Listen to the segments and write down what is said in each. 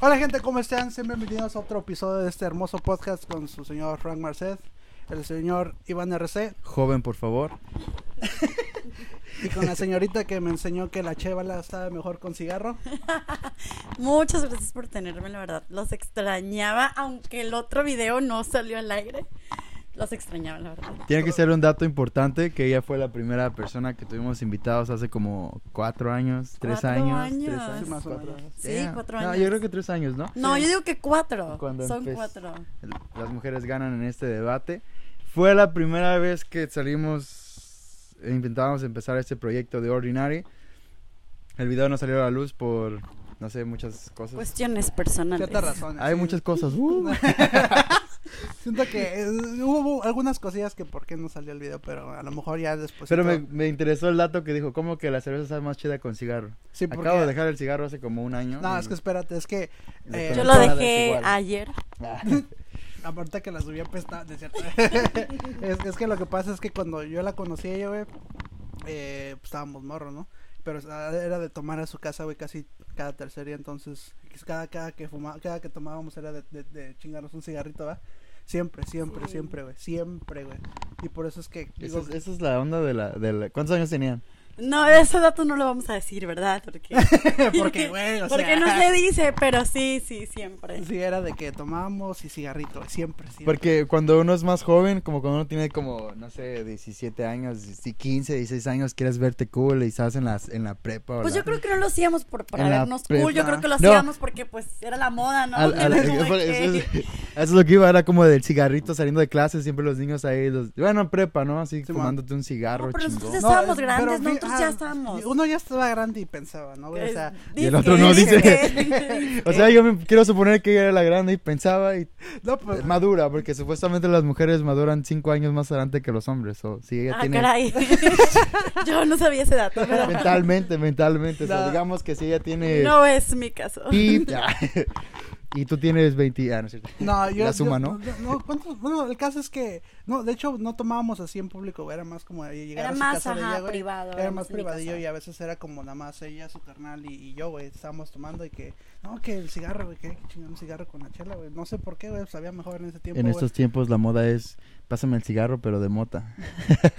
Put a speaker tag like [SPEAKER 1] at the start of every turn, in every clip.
[SPEAKER 1] Hola gente, ¿cómo están? Sean bienvenidos a otro episodio de este hermoso podcast con su señor Frank Marcet, el señor Iván RC
[SPEAKER 2] Joven, por favor.
[SPEAKER 1] y con la señorita que me enseñó que la chevala sabe mejor con cigarro.
[SPEAKER 3] Muchas gracias por tenerme, la verdad. Los extrañaba, aunque el otro video no salió al aire. Los extrañaba, la verdad.
[SPEAKER 2] Tiene que ser un dato importante que ella fue la primera persona que tuvimos invitados hace como cuatro años, tres
[SPEAKER 3] Cuatro
[SPEAKER 2] años, tres
[SPEAKER 3] años.
[SPEAKER 2] años.
[SPEAKER 1] Sí, más o menos.
[SPEAKER 3] Sí, cuatro
[SPEAKER 2] No,
[SPEAKER 3] años.
[SPEAKER 2] yo creo que tres años, ¿no?
[SPEAKER 3] No, yo digo que cuatro.
[SPEAKER 2] Cuando
[SPEAKER 3] Son
[SPEAKER 2] empe-
[SPEAKER 3] cuatro.
[SPEAKER 2] Las mujeres ganan en este debate. Fue la primera vez que salimos e intentábamos empezar este proyecto de Ordinary. El video no salió a la luz por, no sé, muchas cosas.
[SPEAKER 1] Pues,
[SPEAKER 3] Cuestiones personales.
[SPEAKER 1] Ciertas razones.
[SPEAKER 2] Hay
[SPEAKER 1] sí.
[SPEAKER 2] muchas cosas. uh.
[SPEAKER 1] Siento que eh, hubo algunas cosillas que por qué no salió el video, pero a lo mejor ya después.
[SPEAKER 2] Pero me, me interesó el dato que dijo, ¿cómo que la cerveza está más chida con cigarro?
[SPEAKER 1] Sí, porque...
[SPEAKER 2] Acabo de dejar el cigarro hace como un año.
[SPEAKER 1] No,
[SPEAKER 2] y-
[SPEAKER 1] es que espérate, es que eh,
[SPEAKER 3] Yo
[SPEAKER 2] Pero
[SPEAKER 3] lo
[SPEAKER 2] nada es
[SPEAKER 3] dejé
[SPEAKER 2] igual.
[SPEAKER 3] ayer.
[SPEAKER 2] Ah.
[SPEAKER 1] Aparte que la subí apestada, de cierto. es, es que lo que pasa es que cuando yo la conocí a ella, güey, eh, pues estábamos morro, ¿no? Pero ah, era de tomar a su casa, güey, casi cada tercer día, entonces pues, cada, cada que fumaba, cada que tomábamos era de, de- de chingarnos un cigarrito, ¿va? Siempre, siempre,
[SPEAKER 3] Sí.
[SPEAKER 1] siempre, güey, siempre, güey. Y por eso es que
[SPEAKER 2] Esa
[SPEAKER 1] digo,
[SPEAKER 2] es, esa es la onda de la, de la- ¿Cuántos años tenían?
[SPEAKER 3] No, ese dato no lo vamos a decir, ¿verdad? Porque,
[SPEAKER 1] porque, güey, o
[SPEAKER 3] porque
[SPEAKER 1] sea,
[SPEAKER 3] no se dice, pero sí, sí, siempre.
[SPEAKER 1] sí era de que tomábamos y cigarrito, güey, siempre, siempre.
[SPEAKER 2] Porque cuando uno es más joven, como cuando uno tiene como, no sé, 17 años, si 15, 16 años, quieres verte cool y estás en, las, en la prepa o
[SPEAKER 3] Pues
[SPEAKER 2] la-
[SPEAKER 3] yo creo que no lo hacíamos por para
[SPEAKER 2] En la
[SPEAKER 3] vernos cool,
[SPEAKER 2] prepa.
[SPEAKER 3] yo creo que lo
[SPEAKER 2] No.
[SPEAKER 3] hacíamos porque pues era la moda, ¿no?
[SPEAKER 2] Al- al-
[SPEAKER 3] Como
[SPEAKER 2] eso,
[SPEAKER 3] que-
[SPEAKER 2] es, eso es lo que iba, era como del cigarrito saliendo de clases, siempre los niños ahí, los, bueno, en prepa, ¿no? Así
[SPEAKER 1] Sí,
[SPEAKER 2] fumándote un cigarro,
[SPEAKER 3] No, pero
[SPEAKER 2] chingón.
[SPEAKER 3] nosotros- estábamos
[SPEAKER 1] eh,
[SPEAKER 3] grandes,
[SPEAKER 1] pero
[SPEAKER 3] ¿no?
[SPEAKER 1] fi-
[SPEAKER 3] Nosotros ya estábamos.
[SPEAKER 1] Uno ya estaba grande y pensaba, ¿no? güey? O sea,
[SPEAKER 2] Y el otro no
[SPEAKER 3] Dice
[SPEAKER 2] dice.
[SPEAKER 3] que-
[SPEAKER 2] O sea, yo me quiero suponer que ella era la grande y pensaba y
[SPEAKER 1] no, pues,
[SPEAKER 2] madura, porque supuestamente las mujeres maduran 5 años más adelante que los hombres, o si ella
[SPEAKER 3] Ah,
[SPEAKER 2] tiene...
[SPEAKER 3] caray. Yo no sabía ese dato, pero
[SPEAKER 2] Mentalmente, mentalmente. o sea,
[SPEAKER 1] No.
[SPEAKER 2] digamos que si ella tiene...
[SPEAKER 3] no es mi caso.
[SPEAKER 2] Y, y tú tienes 20. Ah, no es cierto.
[SPEAKER 1] No, yo.
[SPEAKER 2] La suma,
[SPEAKER 1] yo-
[SPEAKER 2] ¿no?
[SPEAKER 1] no, ¿cuántos? Bueno, el caso es que. No, de hecho, no tomábamos así en público, güey, Era más como de llegar
[SPEAKER 3] Era
[SPEAKER 1] a su
[SPEAKER 3] más,
[SPEAKER 1] casa de
[SPEAKER 3] ajá,
[SPEAKER 1] ella, güey,
[SPEAKER 3] privado,
[SPEAKER 1] Era
[SPEAKER 3] era
[SPEAKER 1] más
[SPEAKER 3] más en mi
[SPEAKER 1] privadillo
[SPEAKER 3] casa.
[SPEAKER 1] y a veces era como nada más ella, su carnal y, y yo, güey. Estábamos tomando y que. No, que el cigarro, güey. Que hay que chingar un cigarro con la chela, güey. No sé por qué, güey. Sabía mejor en ese tiempo.
[SPEAKER 2] En
[SPEAKER 1] güey.
[SPEAKER 2] estos tiempos la moda es pásame el cigarro, pero de mota.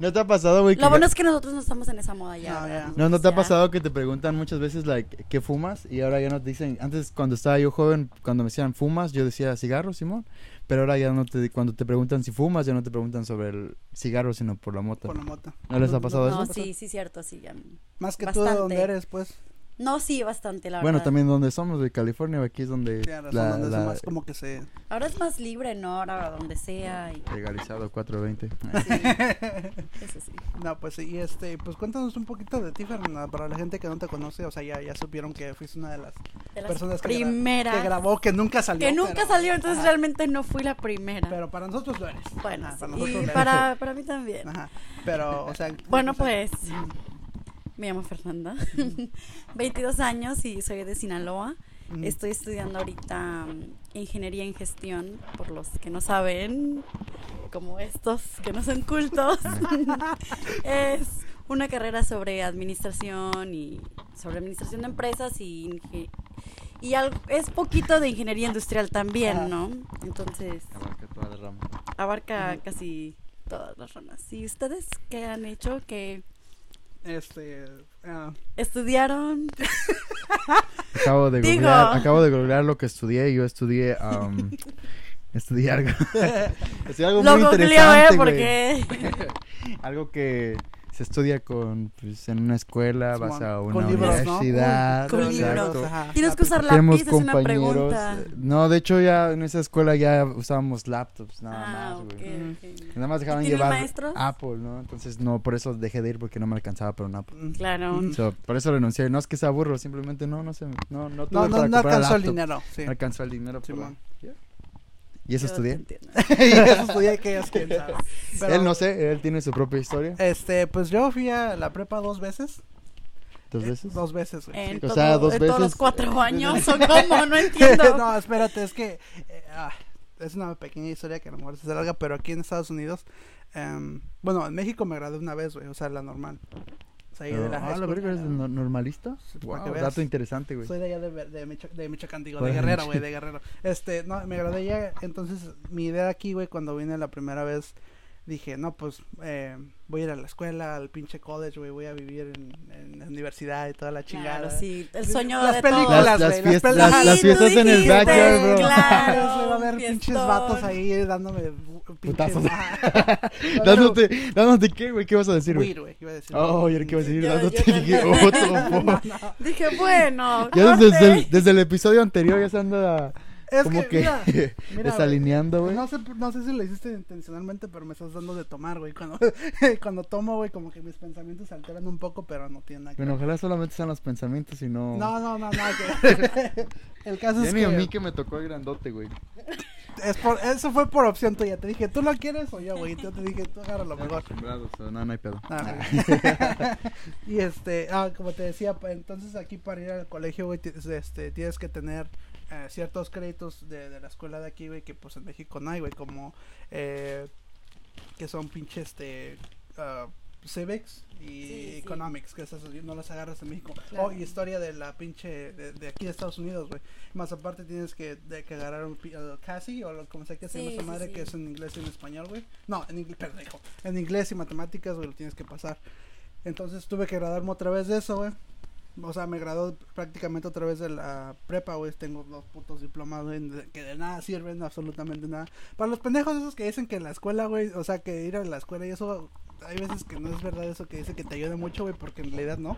[SPEAKER 2] ¿No te ha pasado, güey? que
[SPEAKER 3] Lo bueno
[SPEAKER 2] ya-
[SPEAKER 3] es que nosotros no estamos en esa moda ya.
[SPEAKER 1] No,
[SPEAKER 3] ¿verdad?
[SPEAKER 1] ya.
[SPEAKER 2] No, no te ha
[SPEAKER 3] Ya.
[SPEAKER 2] pasado que te preguntan muchas veces, like, ¿qué fumas? Y ahora ya no te dicen. Antes, cuando estaba yo joven, cuando me decían fumas, yo decía cigarro, Simón. Pero ahora ya no te. Cuando te preguntan si fumas, ya no te preguntan sobre el cigarro, sino por la mota.
[SPEAKER 1] Con la mota.
[SPEAKER 2] ¿No les ha pasado
[SPEAKER 3] No,
[SPEAKER 2] eso?
[SPEAKER 3] sí, sí, cierto, sí. ya.
[SPEAKER 1] Más que tú de
[SPEAKER 3] Bastante.
[SPEAKER 1] dónde eres, pues.
[SPEAKER 3] No, sí, bastante, la
[SPEAKER 2] Bueno,
[SPEAKER 3] verdad.
[SPEAKER 2] también donde somos, de California, aquí es donde.
[SPEAKER 1] Tienes razón,
[SPEAKER 2] la-
[SPEAKER 1] donde es
[SPEAKER 2] la-
[SPEAKER 1] más como que se.
[SPEAKER 3] Ahora es más libre, ¿no? Ahora donde sea. Y...
[SPEAKER 2] Legalizado 420.
[SPEAKER 3] Eso sí.
[SPEAKER 1] No, pues sí, y este, pues cuéntanos un poquito de ti, Fernanda, para la gente que no te conoce, o sea, ya, ya supieron que fuiste una de las
[SPEAKER 3] De las
[SPEAKER 1] personas que, gra-
[SPEAKER 3] primeras.
[SPEAKER 1] que grabó, que nunca salió.
[SPEAKER 3] que nunca
[SPEAKER 1] pero-
[SPEAKER 3] salió, entonces
[SPEAKER 1] Ajá.
[SPEAKER 3] realmente no fui la primera.
[SPEAKER 1] Pero para nosotros lo eres.
[SPEAKER 3] bueno,
[SPEAKER 1] Ajá,
[SPEAKER 3] sí,
[SPEAKER 1] para nosotros
[SPEAKER 3] y
[SPEAKER 1] lo
[SPEAKER 3] para, para mí también.
[SPEAKER 1] eres. Ajá, Pero, o sea.
[SPEAKER 3] Bueno,
[SPEAKER 1] o sea, mm,
[SPEAKER 3] pues, me llamo Fernanda, 22 años y soy de Sinaloa.
[SPEAKER 1] mm,
[SPEAKER 3] Estoy estudiando ahorita mm, ingeniería en gestión, por los que no saben, como estos que no son cultos. es una carrera sobre administración y sobre administración de empresas y inge- y algo- es poquito de ingeniería industrial
[SPEAKER 1] Ajá.
[SPEAKER 3] también, ¿no? Entonces,
[SPEAKER 2] Abarca toda la rama.
[SPEAKER 3] abarca
[SPEAKER 1] Ujú.
[SPEAKER 3] casi todas las ramas. ¿Y ustedes qué han hecho? ¿Qué
[SPEAKER 1] Este. ah,
[SPEAKER 3] estudiaron?
[SPEAKER 2] Acabo de
[SPEAKER 3] Digo.
[SPEAKER 2] googlear, acabo de googlear lo que estudié. Yo estudié, um, estudié algo, estudié algo
[SPEAKER 3] Lo
[SPEAKER 2] muy
[SPEAKER 3] googleó, ¿eh?
[SPEAKER 2] interesante, güey.
[SPEAKER 3] Porque...
[SPEAKER 2] Algo que se estudia con, pues, en una escuela,
[SPEAKER 1] Simón,
[SPEAKER 2] vas a una
[SPEAKER 1] con libros, ¿no?
[SPEAKER 2] universidad.
[SPEAKER 3] Con
[SPEAKER 2] exacto.
[SPEAKER 3] libros.
[SPEAKER 1] ajá,
[SPEAKER 3] Tienes que usar
[SPEAKER 2] Tenemos
[SPEAKER 3] lápiz, es una
[SPEAKER 2] compañeros.
[SPEAKER 3] pregunta.
[SPEAKER 2] eh, No, de hecho ya en esa escuela ya usábamos laptops nada
[SPEAKER 3] ah,
[SPEAKER 2] más,
[SPEAKER 3] ok,
[SPEAKER 2] güey.
[SPEAKER 3] ok.
[SPEAKER 2] Nada más dejaban
[SPEAKER 3] ¿Y tienen
[SPEAKER 2] llevar
[SPEAKER 3] maestros?
[SPEAKER 2] Apple, ¿no? Entonces no, por eso dejé de ir porque no me alcanzaba para un Apple.
[SPEAKER 1] mm.
[SPEAKER 3] Claro.
[SPEAKER 1] Mm.
[SPEAKER 2] So, por eso renuncié. No es que sea burro, simplemente no, no sé, no, no tuve
[SPEAKER 1] No, no,
[SPEAKER 2] para
[SPEAKER 1] no
[SPEAKER 2] comprar
[SPEAKER 1] alcanzó el
[SPEAKER 2] laptop.
[SPEAKER 1] dinero, sí.
[SPEAKER 2] No alcanzó el dinero. para-
[SPEAKER 1] Simón.
[SPEAKER 2] Ya. Y eso
[SPEAKER 3] Yo
[SPEAKER 2] estudié.
[SPEAKER 3] te entiendo.
[SPEAKER 1] y eso estudié que ellos quién sabe. Pero,
[SPEAKER 2] Él no sé, él tiene su propia historia.
[SPEAKER 1] Este, pues yo fui a la prepa dos veces.
[SPEAKER 2] Dos
[SPEAKER 1] eh,
[SPEAKER 2] veces.
[SPEAKER 1] Dos veces, güey. sí.
[SPEAKER 3] En,
[SPEAKER 2] O
[SPEAKER 3] todo-
[SPEAKER 2] sea, dos
[SPEAKER 3] en todos
[SPEAKER 2] veces.
[SPEAKER 3] los cuatro años, o cómo, no entiendo.
[SPEAKER 1] no, espérate, es que eh, ah, es una pequeña historia que a lo mejor se larga, pero aquí en Estados Unidos, em, bueno, en México me gradué una vez, güey, o sea, la normal. Soy
[SPEAKER 2] Pero,
[SPEAKER 1] de la high
[SPEAKER 2] ah, la
[SPEAKER 1] school.
[SPEAKER 2] verga, eres no- normalista.
[SPEAKER 1] Sí, para que
[SPEAKER 2] Wow,
[SPEAKER 1] veas.
[SPEAKER 2] dato interesante, güey.
[SPEAKER 1] Soy de allá de, Ver- de, Micho- de Michoacán, digo, de
[SPEAKER 2] Bueno,
[SPEAKER 1] Guerrero, güey,
[SPEAKER 2] sí.
[SPEAKER 1] de Guerrero. Este, no, me gradué ya, entonces mi idea aquí, güey, cuando vine la primera vez, dije, no, pues, eh, voy a ir a la escuela, al pinche college, güey, voy a vivir en, en la universidad y toda la chingada.
[SPEAKER 3] Claro, sí. El sueño
[SPEAKER 1] Las
[SPEAKER 3] de
[SPEAKER 1] películas,
[SPEAKER 3] todos.
[SPEAKER 2] Las, las
[SPEAKER 1] güey, las
[SPEAKER 2] fiestas,
[SPEAKER 1] pelas-
[SPEAKER 2] las-
[SPEAKER 1] Sí,
[SPEAKER 2] las
[SPEAKER 3] tú
[SPEAKER 2] fiestas en el
[SPEAKER 3] dijiste,
[SPEAKER 2] backyard, bro.
[SPEAKER 3] claro.
[SPEAKER 1] Eso, iba a haber
[SPEAKER 3] fiestón.
[SPEAKER 1] pinches vatos ahí dándome bu- pinches...
[SPEAKER 2] Putazos.
[SPEAKER 1] Ah,
[SPEAKER 2] dándote, dándote qué, güey, ¿qué vas a decir, güey?
[SPEAKER 1] Weed, güey, iba a decir.
[SPEAKER 2] Oh, yo qué vas a decir,
[SPEAKER 3] Yo- yo
[SPEAKER 2] dándote.
[SPEAKER 3] también.
[SPEAKER 2] dije, oh, topo.
[SPEAKER 3] Dije, bueno.
[SPEAKER 2] Ya
[SPEAKER 3] no
[SPEAKER 2] desde,
[SPEAKER 3] sé.
[SPEAKER 2] el, desde el episodio anterior ya se anda
[SPEAKER 1] Es
[SPEAKER 2] como
[SPEAKER 1] que,
[SPEAKER 2] que
[SPEAKER 1] mira, mira,
[SPEAKER 2] desalineando, güey.
[SPEAKER 1] No sé, no sé si lo hiciste intencionalmente, pero me estás dando de tomar, güey. Cuando, cuando tomo, güey, como que mis pensamientos se alteran un poco, pero no tiene nada que
[SPEAKER 2] Bueno, ojalá solamente sean los pensamientos y no.
[SPEAKER 1] No, no, no, nada que ver. El caso
[SPEAKER 2] Ya
[SPEAKER 1] es
[SPEAKER 2] ni a mí
[SPEAKER 1] que
[SPEAKER 2] que me tocó el grandote, güey.
[SPEAKER 1] es por- eso fue por opción tuya. Te dije, ¿tú lo quieres o yo, güey? Y Yo te dije, tú agarra lo mejor.
[SPEAKER 2] Acostumbrados, o No, no hay pedo.
[SPEAKER 1] Ah, güey. Ah. y este, ah, como te decía, pa- entonces aquí para ir al colegio, güey, ti- este, tienes que tener eh, ciertos créditos de, de la escuela de aquí, güey, que pues en México no hay, güey, como eh, que son pinches, este, ah, civics y
[SPEAKER 3] Sí, sí.
[SPEAKER 1] economics, que esas no las agarras en México.
[SPEAKER 3] Claro.
[SPEAKER 1] Oh, y historia de la pinche, de, de aquí de Estados Unidos, güey. Más aparte tienes que, de, que agarrar un pi- uh, casi o lo- como sea que se llama
[SPEAKER 3] Sí,
[SPEAKER 1] esa
[SPEAKER 3] sí,
[SPEAKER 1] madre que
[SPEAKER 3] sí.
[SPEAKER 1] es en inglés y en español, güey. No, en inglés, pendejo. En inglés y matemáticas, güey, lo tienes que pasar. Entonces tuve que graduarme otra vez de eso, güey. O sea, me gradué prácticamente otra vez de la prepa, güey. Tengo dos putos diplomas, güey, de- que de nada sirven, absolutamente nada. Para los pendejos esos que dicen que en la escuela, güey, o sea, que ir a la escuela y eso, hay veces que no es verdad eso que dice que te ayuda mucho, güey, porque en realidad no.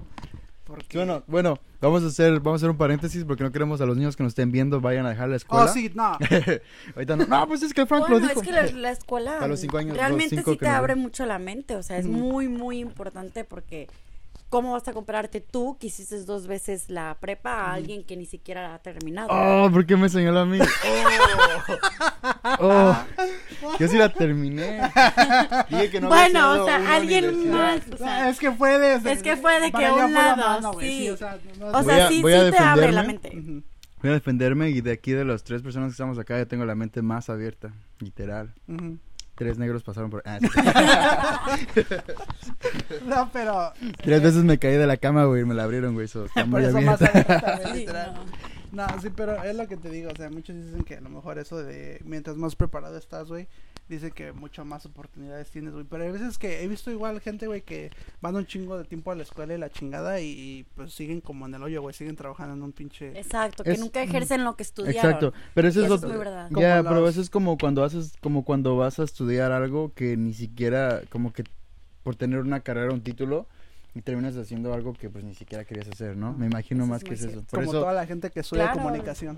[SPEAKER 1] Porque...
[SPEAKER 2] Bueno, bueno, vamos a hacer, vamos a hacer un paréntesis porque no queremos a los niños que nos estén viendo vayan a dejar la escuela.
[SPEAKER 1] Oh, sí, no.
[SPEAKER 2] Ahorita no. No, pues es que Frank
[SPEAKER 3] Bueno,
[SPEAKER 2] lo dijo.
[SPEAKER 3] es que la, la escuela
[SPEAKER 2] A los cinco años, los
[SPEAKER 3] realmente
[SPEAKER 2] cinco
[SPEAKER 3] sí
[SPEAKER 2] que
[SPEAKER 3] te
[SPEAKER 2] nos
[SPEAKER 3] abre
[SPEAKER 2] ven.
[SPEAKER 3] mucho la mente, o sea, es
[SPEAKER 1] Ujú.
[SPEAKER 3] muy, muy importante porque ¿cómo vas a compararte tú que hiciste dos veces la prepa a alguien que ni siquiera la ha terminado?
[SPEAKER 2] Oh, ¿por qué me señaló a mí? Oh. Yo sí la terminé. Dije que
[SPEAKER 3] bueno, o sea, alguien más, o sea,
[SPEAKER 1] No, es que fue desde-
[SPEAKER 3] es que fue
[SPEAKER 1] para
[SPEAKER 3] de que
[SPEAKER 1] allá
[SPEAKER 3] un
[SPEAKER 1] fue la
[SPEAKER 3] lado,
[SPEAKER 1] güey,
[SPEAKER 3] sí.
[SPEAKER 1] o sea, no-
[SPEAKER 3] o
[SPEAKER 1] no-
[SPEAKER 3] sea,
[SPEAKER 2] Voy a-
[SPEAKER 3] sí,
[SPEAKER 2] voy a
[SPEAKER 3] sí te abre la
[SPEAKER 2] defenderme.
[SPEAKER 3] mente.
[SPEAKER 1] Ujú.
[SPEAKER 2] Voy a defenderme y de aquí de las tres personas que estamos acá ya tengo la mente más abierta, literal.
[SPEAKER 1] Ujú.
[SPEAKER 2] Tres negros pasaron por... ah, sí.
[SPEAKER 1] No, pero.
[SPEAKER 2] Tres veces me caí de la cama, güey, y me la abrieron, güey, so, está
[SPEAKER 1] Por
[SPEAKER 2] muy
[SPEAKER 1] eso más
[SPEAKER 2] abierta.
[SPEAKER 1] abierta, güey,
[SPEAKER 3] Sí,
[SPEAKER 1] literal.
[SPEAKER 3] no.
[SPEAKER 1] No, sí, pero es lo que te digo. O sea, muchos dicen que a lo mejor eso de mientras más preparado estás, güey, dicen que mucho más oportunidades tienes, güey. Pero hay veces que he visto igual gente, güey, que van un chingo de tiempo a la escuela y la chingada y, y, pues siguen como en el hoyo, güey, siguen trabajando en un pinche.
[SPEAKER 3] Exacto, que
[SPEAKER 2] Es-
[SPEAKER 3] nunca ejercen lo que estudiaron.
[SPEAKER 2] Exacto, pero eso,
[SPEAKER 3] Y eso
[SPEAKER 2] es
[SPEAKER 3] es muy verdad.
[SPEAKER 2] Ya,
[SPEAKER 1] Como
[SPEAKER 2] pero
[SPEAKER 1] las-
[SPEAKER 2] eso es como cuando haces, como cuando vas a estudiar algo que ni siquiera, como que por tener una carrera, un título, y terminas haciendo algo que pues ni siquiera querías hacer, ¿no? Me imagino
[SPEAKER 3] Eso es
[SPEAKER 2] más que
[SPEAKER 3] muy
[SPEAKER 2] es eso.
[SPEAKER 3] cierto.
[SPEAKER 2] Por
[SPEAKER 1] Como
[SPEAKER 2] eso,
[SPEAKER 1] toda la gente que estudia
[SPEAKER 3] Claro.
[SPEAKER 1] comunicación.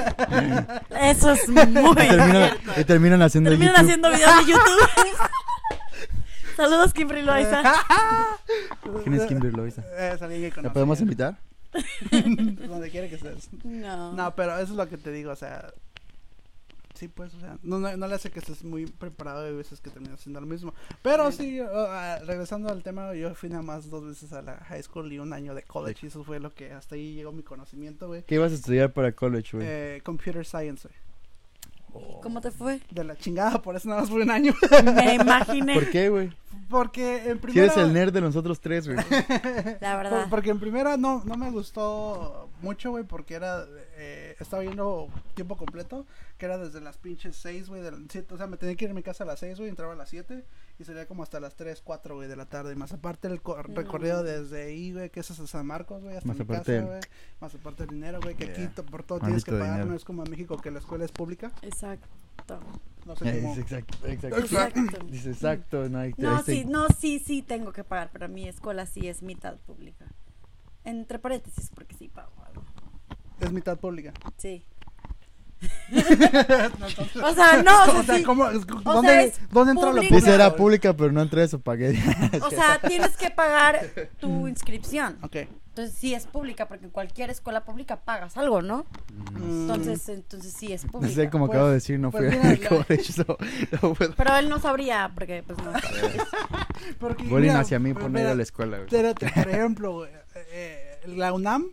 [SPEAKER 3] Eso es muy
[SPEAKER 2] y terminan,
[SPEAKER 3] cierto.
[SPEAKER 2] y terminan haciendo
[SPEAKER 3] Terminan
[SPEAKER 2] YouTube.
[SPEAKER 3] haciendo videos de YouTube. Saludos Kimberly Loaiza.
[SPEAKER 2] ¿Quién es Kimberly Loaiza?
[SPEAKER 1] Eh, es alguien que
[SPEAKER 2] ¿La
[SPEAKER 1] conoce,
[SPEAKER 2] podemos
[SPEAKER 1] ya.
[SPEAKER 2] invitar?
[SPEAKER 1] Donde quiera que estés.
[SPEAKER 3] No.
[SPEAKER 1] No, pero eso es lo que te digo, o sea. Sí, pues, o sea, no, no, no le hace que estés muy preparado y veces que terminas haciendo lo mismo. Pero sí, yo, ah, regresando al tema, yo fui nada más dos veces a la high school y un año de college. Y eso fue lo que hasta ahí llegó mi conocimiento, güey.
[SPEAKER 2] ¿Qué ibas a estudiar para college, güey?
[SPEAKER 1] Eh, computer science, güey.
[SPEAKER 3] ¿Cómo te fue?
[SPEAKER 1] De la chingada, por eso nada más fue un año.
[SPEAKER 3] Me imaginé.
[SPEAKER 2] ¿Por qué, güey?
[SPEAKER 1] Porque en
[SPEAKER 2] Si
[SPEAKER 1] primera.
[SPEAKER 2] eres el nerd de nosotros tres, güey.
[SPEAKER 3] La
[SPEAKER 1] Por-
[SPEAKER 3] verdad.
[SPEAKER 1] porque en primera no, no me gustó mucho, güey, porque era, eh, estaba yendo tiempo completo, que era desde las pinches 6, güey, de la- siete, o sea, me tenía que ir a mi casa a las 6, güey, entraba a las 7 y salía como hasta las 3, 4, güey, de la tarde, y más aparte el co-
[SPEAKER 3] No.
[SPEAKER 1] recorrido desde ahí, güey, que es hasta San Marcos, güey, hasta
[SPEAKER 2] Más
[SPEAKER 1] mi
[SPEAKER 2] aparte-
[SPEAKER 1] casa, güey, más aparte el dinero, güey, que aquí
[SPEAKER 2] Yeah.
[SPEAKER 1] to- por todo tienes que
[SPEAKER 2] Maldito
[SPEAKER 1] pagar,
[SPEAKER 2] dinero.
[SPEAKER 1] no es como en México que la escuela es pública,
[SPEAKER 3] Exacto.
[SPEAKER 1] no sé cómo...
[SPEAKER 2] Es Eh, exacto, exacto.
[SPEAKER 3] Exacto.
[SPEAKER 2] Dice exacto, no hay
[SPEAKER 3] No,
[SPEAKER 2] este-
[SPEAKER 3] sí, no, sí, sí tengo que pagar, pero mi escuela sí es mitad pública. Entre paréntesis, porque sí pago algo.
[SPEAKER 1] Es mitad pública.
[SPEAKER 3] Sí.
[SPEAKER 1] Entonces,
[SPEAKER 3] O sea, no, o sea,
[SPEAKER 1] o sea,
[SPEAKER 3] sí.
[SPEAKER 1] ¿cómo- ¿dónde,
[SPEAKER 3] es
[SPEAKER 1] ¿dónde entra lo
[SPEAKER 3] pública.
[SPEAKER 2] Dice
[SPEAKER 1] público,
[SPEAKER 2] era
[SPEAKER 1] güey?
[SPEAKER 2] pública, pero no entré a eso, pagué.
[SPEAKER 3] O sea, tienes que pagar tu inscripción.
[SPEAKER 1] Ok.
[SPEAKER 3] Entonces sí es pública, porque en cualquier escuela pública pagas algo, ¿no?
[SPEAKER 2] Mm.
[SPEAKER 3] Entonces, entonces sí es
[SPEAKER 2] No sé
[SPEAKER 3] pública.
[SPEAKER 2] cómo
[SPEAKER 1] Mm. Pues-
[SPEAKER 2] acabo de decir, no
[SPEAKER 1] pues
[SPEAKER 2] fui
[SPEAKER 1] mira,
[SPEAKER 2] a
[SPEAKER 1] la-
[SPEAKER 2] college, so, no puedo.
[SPEAKER 3] Pero él no sabría, porque pues no.
[SPEAKER 1] Porque,
[SPEAKER 2] Bullying
[SPEAKER 1] mira,
[SPEAKER 2] hacia mí por no ir
[SPEAKER 1] mira,
[SPEAKER 2] a la escuela, güey.
[SPEAKER 1] Espérate, por ejemplo, güey, eh, eh, la UNAM,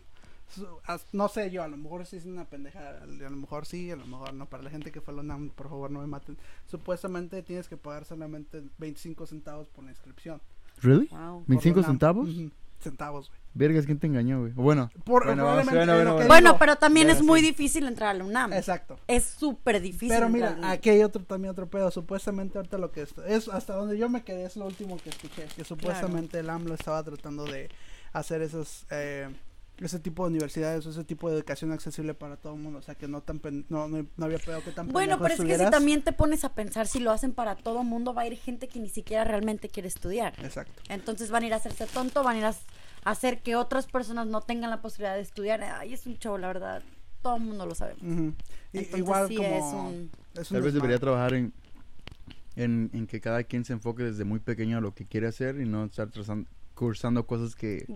[SPEAKER 1] su- as- no sé yo, a lo mejor sí es una pendejada, a lo mejor sí, a lo mejor no. Para la gente que fue a la UNAM, por favor no me maten. Supuestamente tienes que pagar solamente 25 centavos por la inscripción.
[SPEAKER 2] ¿Really?
[SPEAKER 3] Wow.
[SPEAKER 1] por
[SPEAKER 2] ¿25
[SPEAKER 1] la UNAM.
[SPEAKER 2] centavos?
[SPEAKER 1] Ujú, Centavos, güey.
[SPEAKER 2] Vergas, ¿quién te engañó, güey? O Bueno,
[SPEAKER 1] Por-
[SPEAKER 2] Bueno,
[SPEAKER 1] probablemente
[SPEAKER 2] bueno,
[SPEAKER 1] es lo
[SPEAKER 2] bueno,
[SPEAKER 1] que
[SPEAKER 3] Bueno,
[SPEAKER 1] digo.
[SPEAKER 3] pero también
[SPEAKER 2] Pero
[SPEAKER 3] es muy
[SPEAKER 2] sí.
[SPEAKER 3] difícil entrar al UNAM.
[SPEAKER 1] Exacto.
[SPEAKER 3] Es súper difícil.
[SPEAKER 1] Pero
[SPEAKER 3] entrar al
[SPEAKER 1] mira,
[SPEAKER 3] UNAM.
[SPEAKER 1] aquí hay otro también otro pedo. Supuestamente ahorita lo que es, es hasta donde yo me quedé es lo último que escuché, que supuestamente el AMLO estaba tratando de hacer esas eh, ese tipo de universidades, ese tipo de educación accesible para todo el mundo, o sea, que no tan pen- no, no, no había pedo que tan
[SPEAKER 3] Bueno,
[SPEAKER 1] pendejo
[SPEAKER 3] pero es que si
[SPEAKER 1] estuvieras.
[SPEAKER 3] también te pones a pensar si lo hacen para todo mundo, va a ir gente que ni siquiera realmente quiere estudiar.
[SPEAKER 1] Exacto.
[SPEAKER 3] Entonces van a ir a hacerse tonto, van a ir a s- a hacer que otras personas no tengan la posibilidad de estudiar. Ay, es un show, la verdad. Todo el mundo lo sabe.
[SPEAKER 1] Ujú. Y-
[SPEAKER 3] Entonces,
[SPEAKER 1] igual
[SPEAKER 3] sí,
[SPEAKER 1] como
[SPEAKER 3] es
[SPEAKER 1] es un
[SPEAKER 3] un-
[SPEAKER 2] tal vez
[SPEAKER 1] desmadre.
[SPEAKER 2] debería trabajar en, en, en que cada quien se enfoque desde muy pequeño a lo que quiere hacer y no estar trazan- cursando cosas que...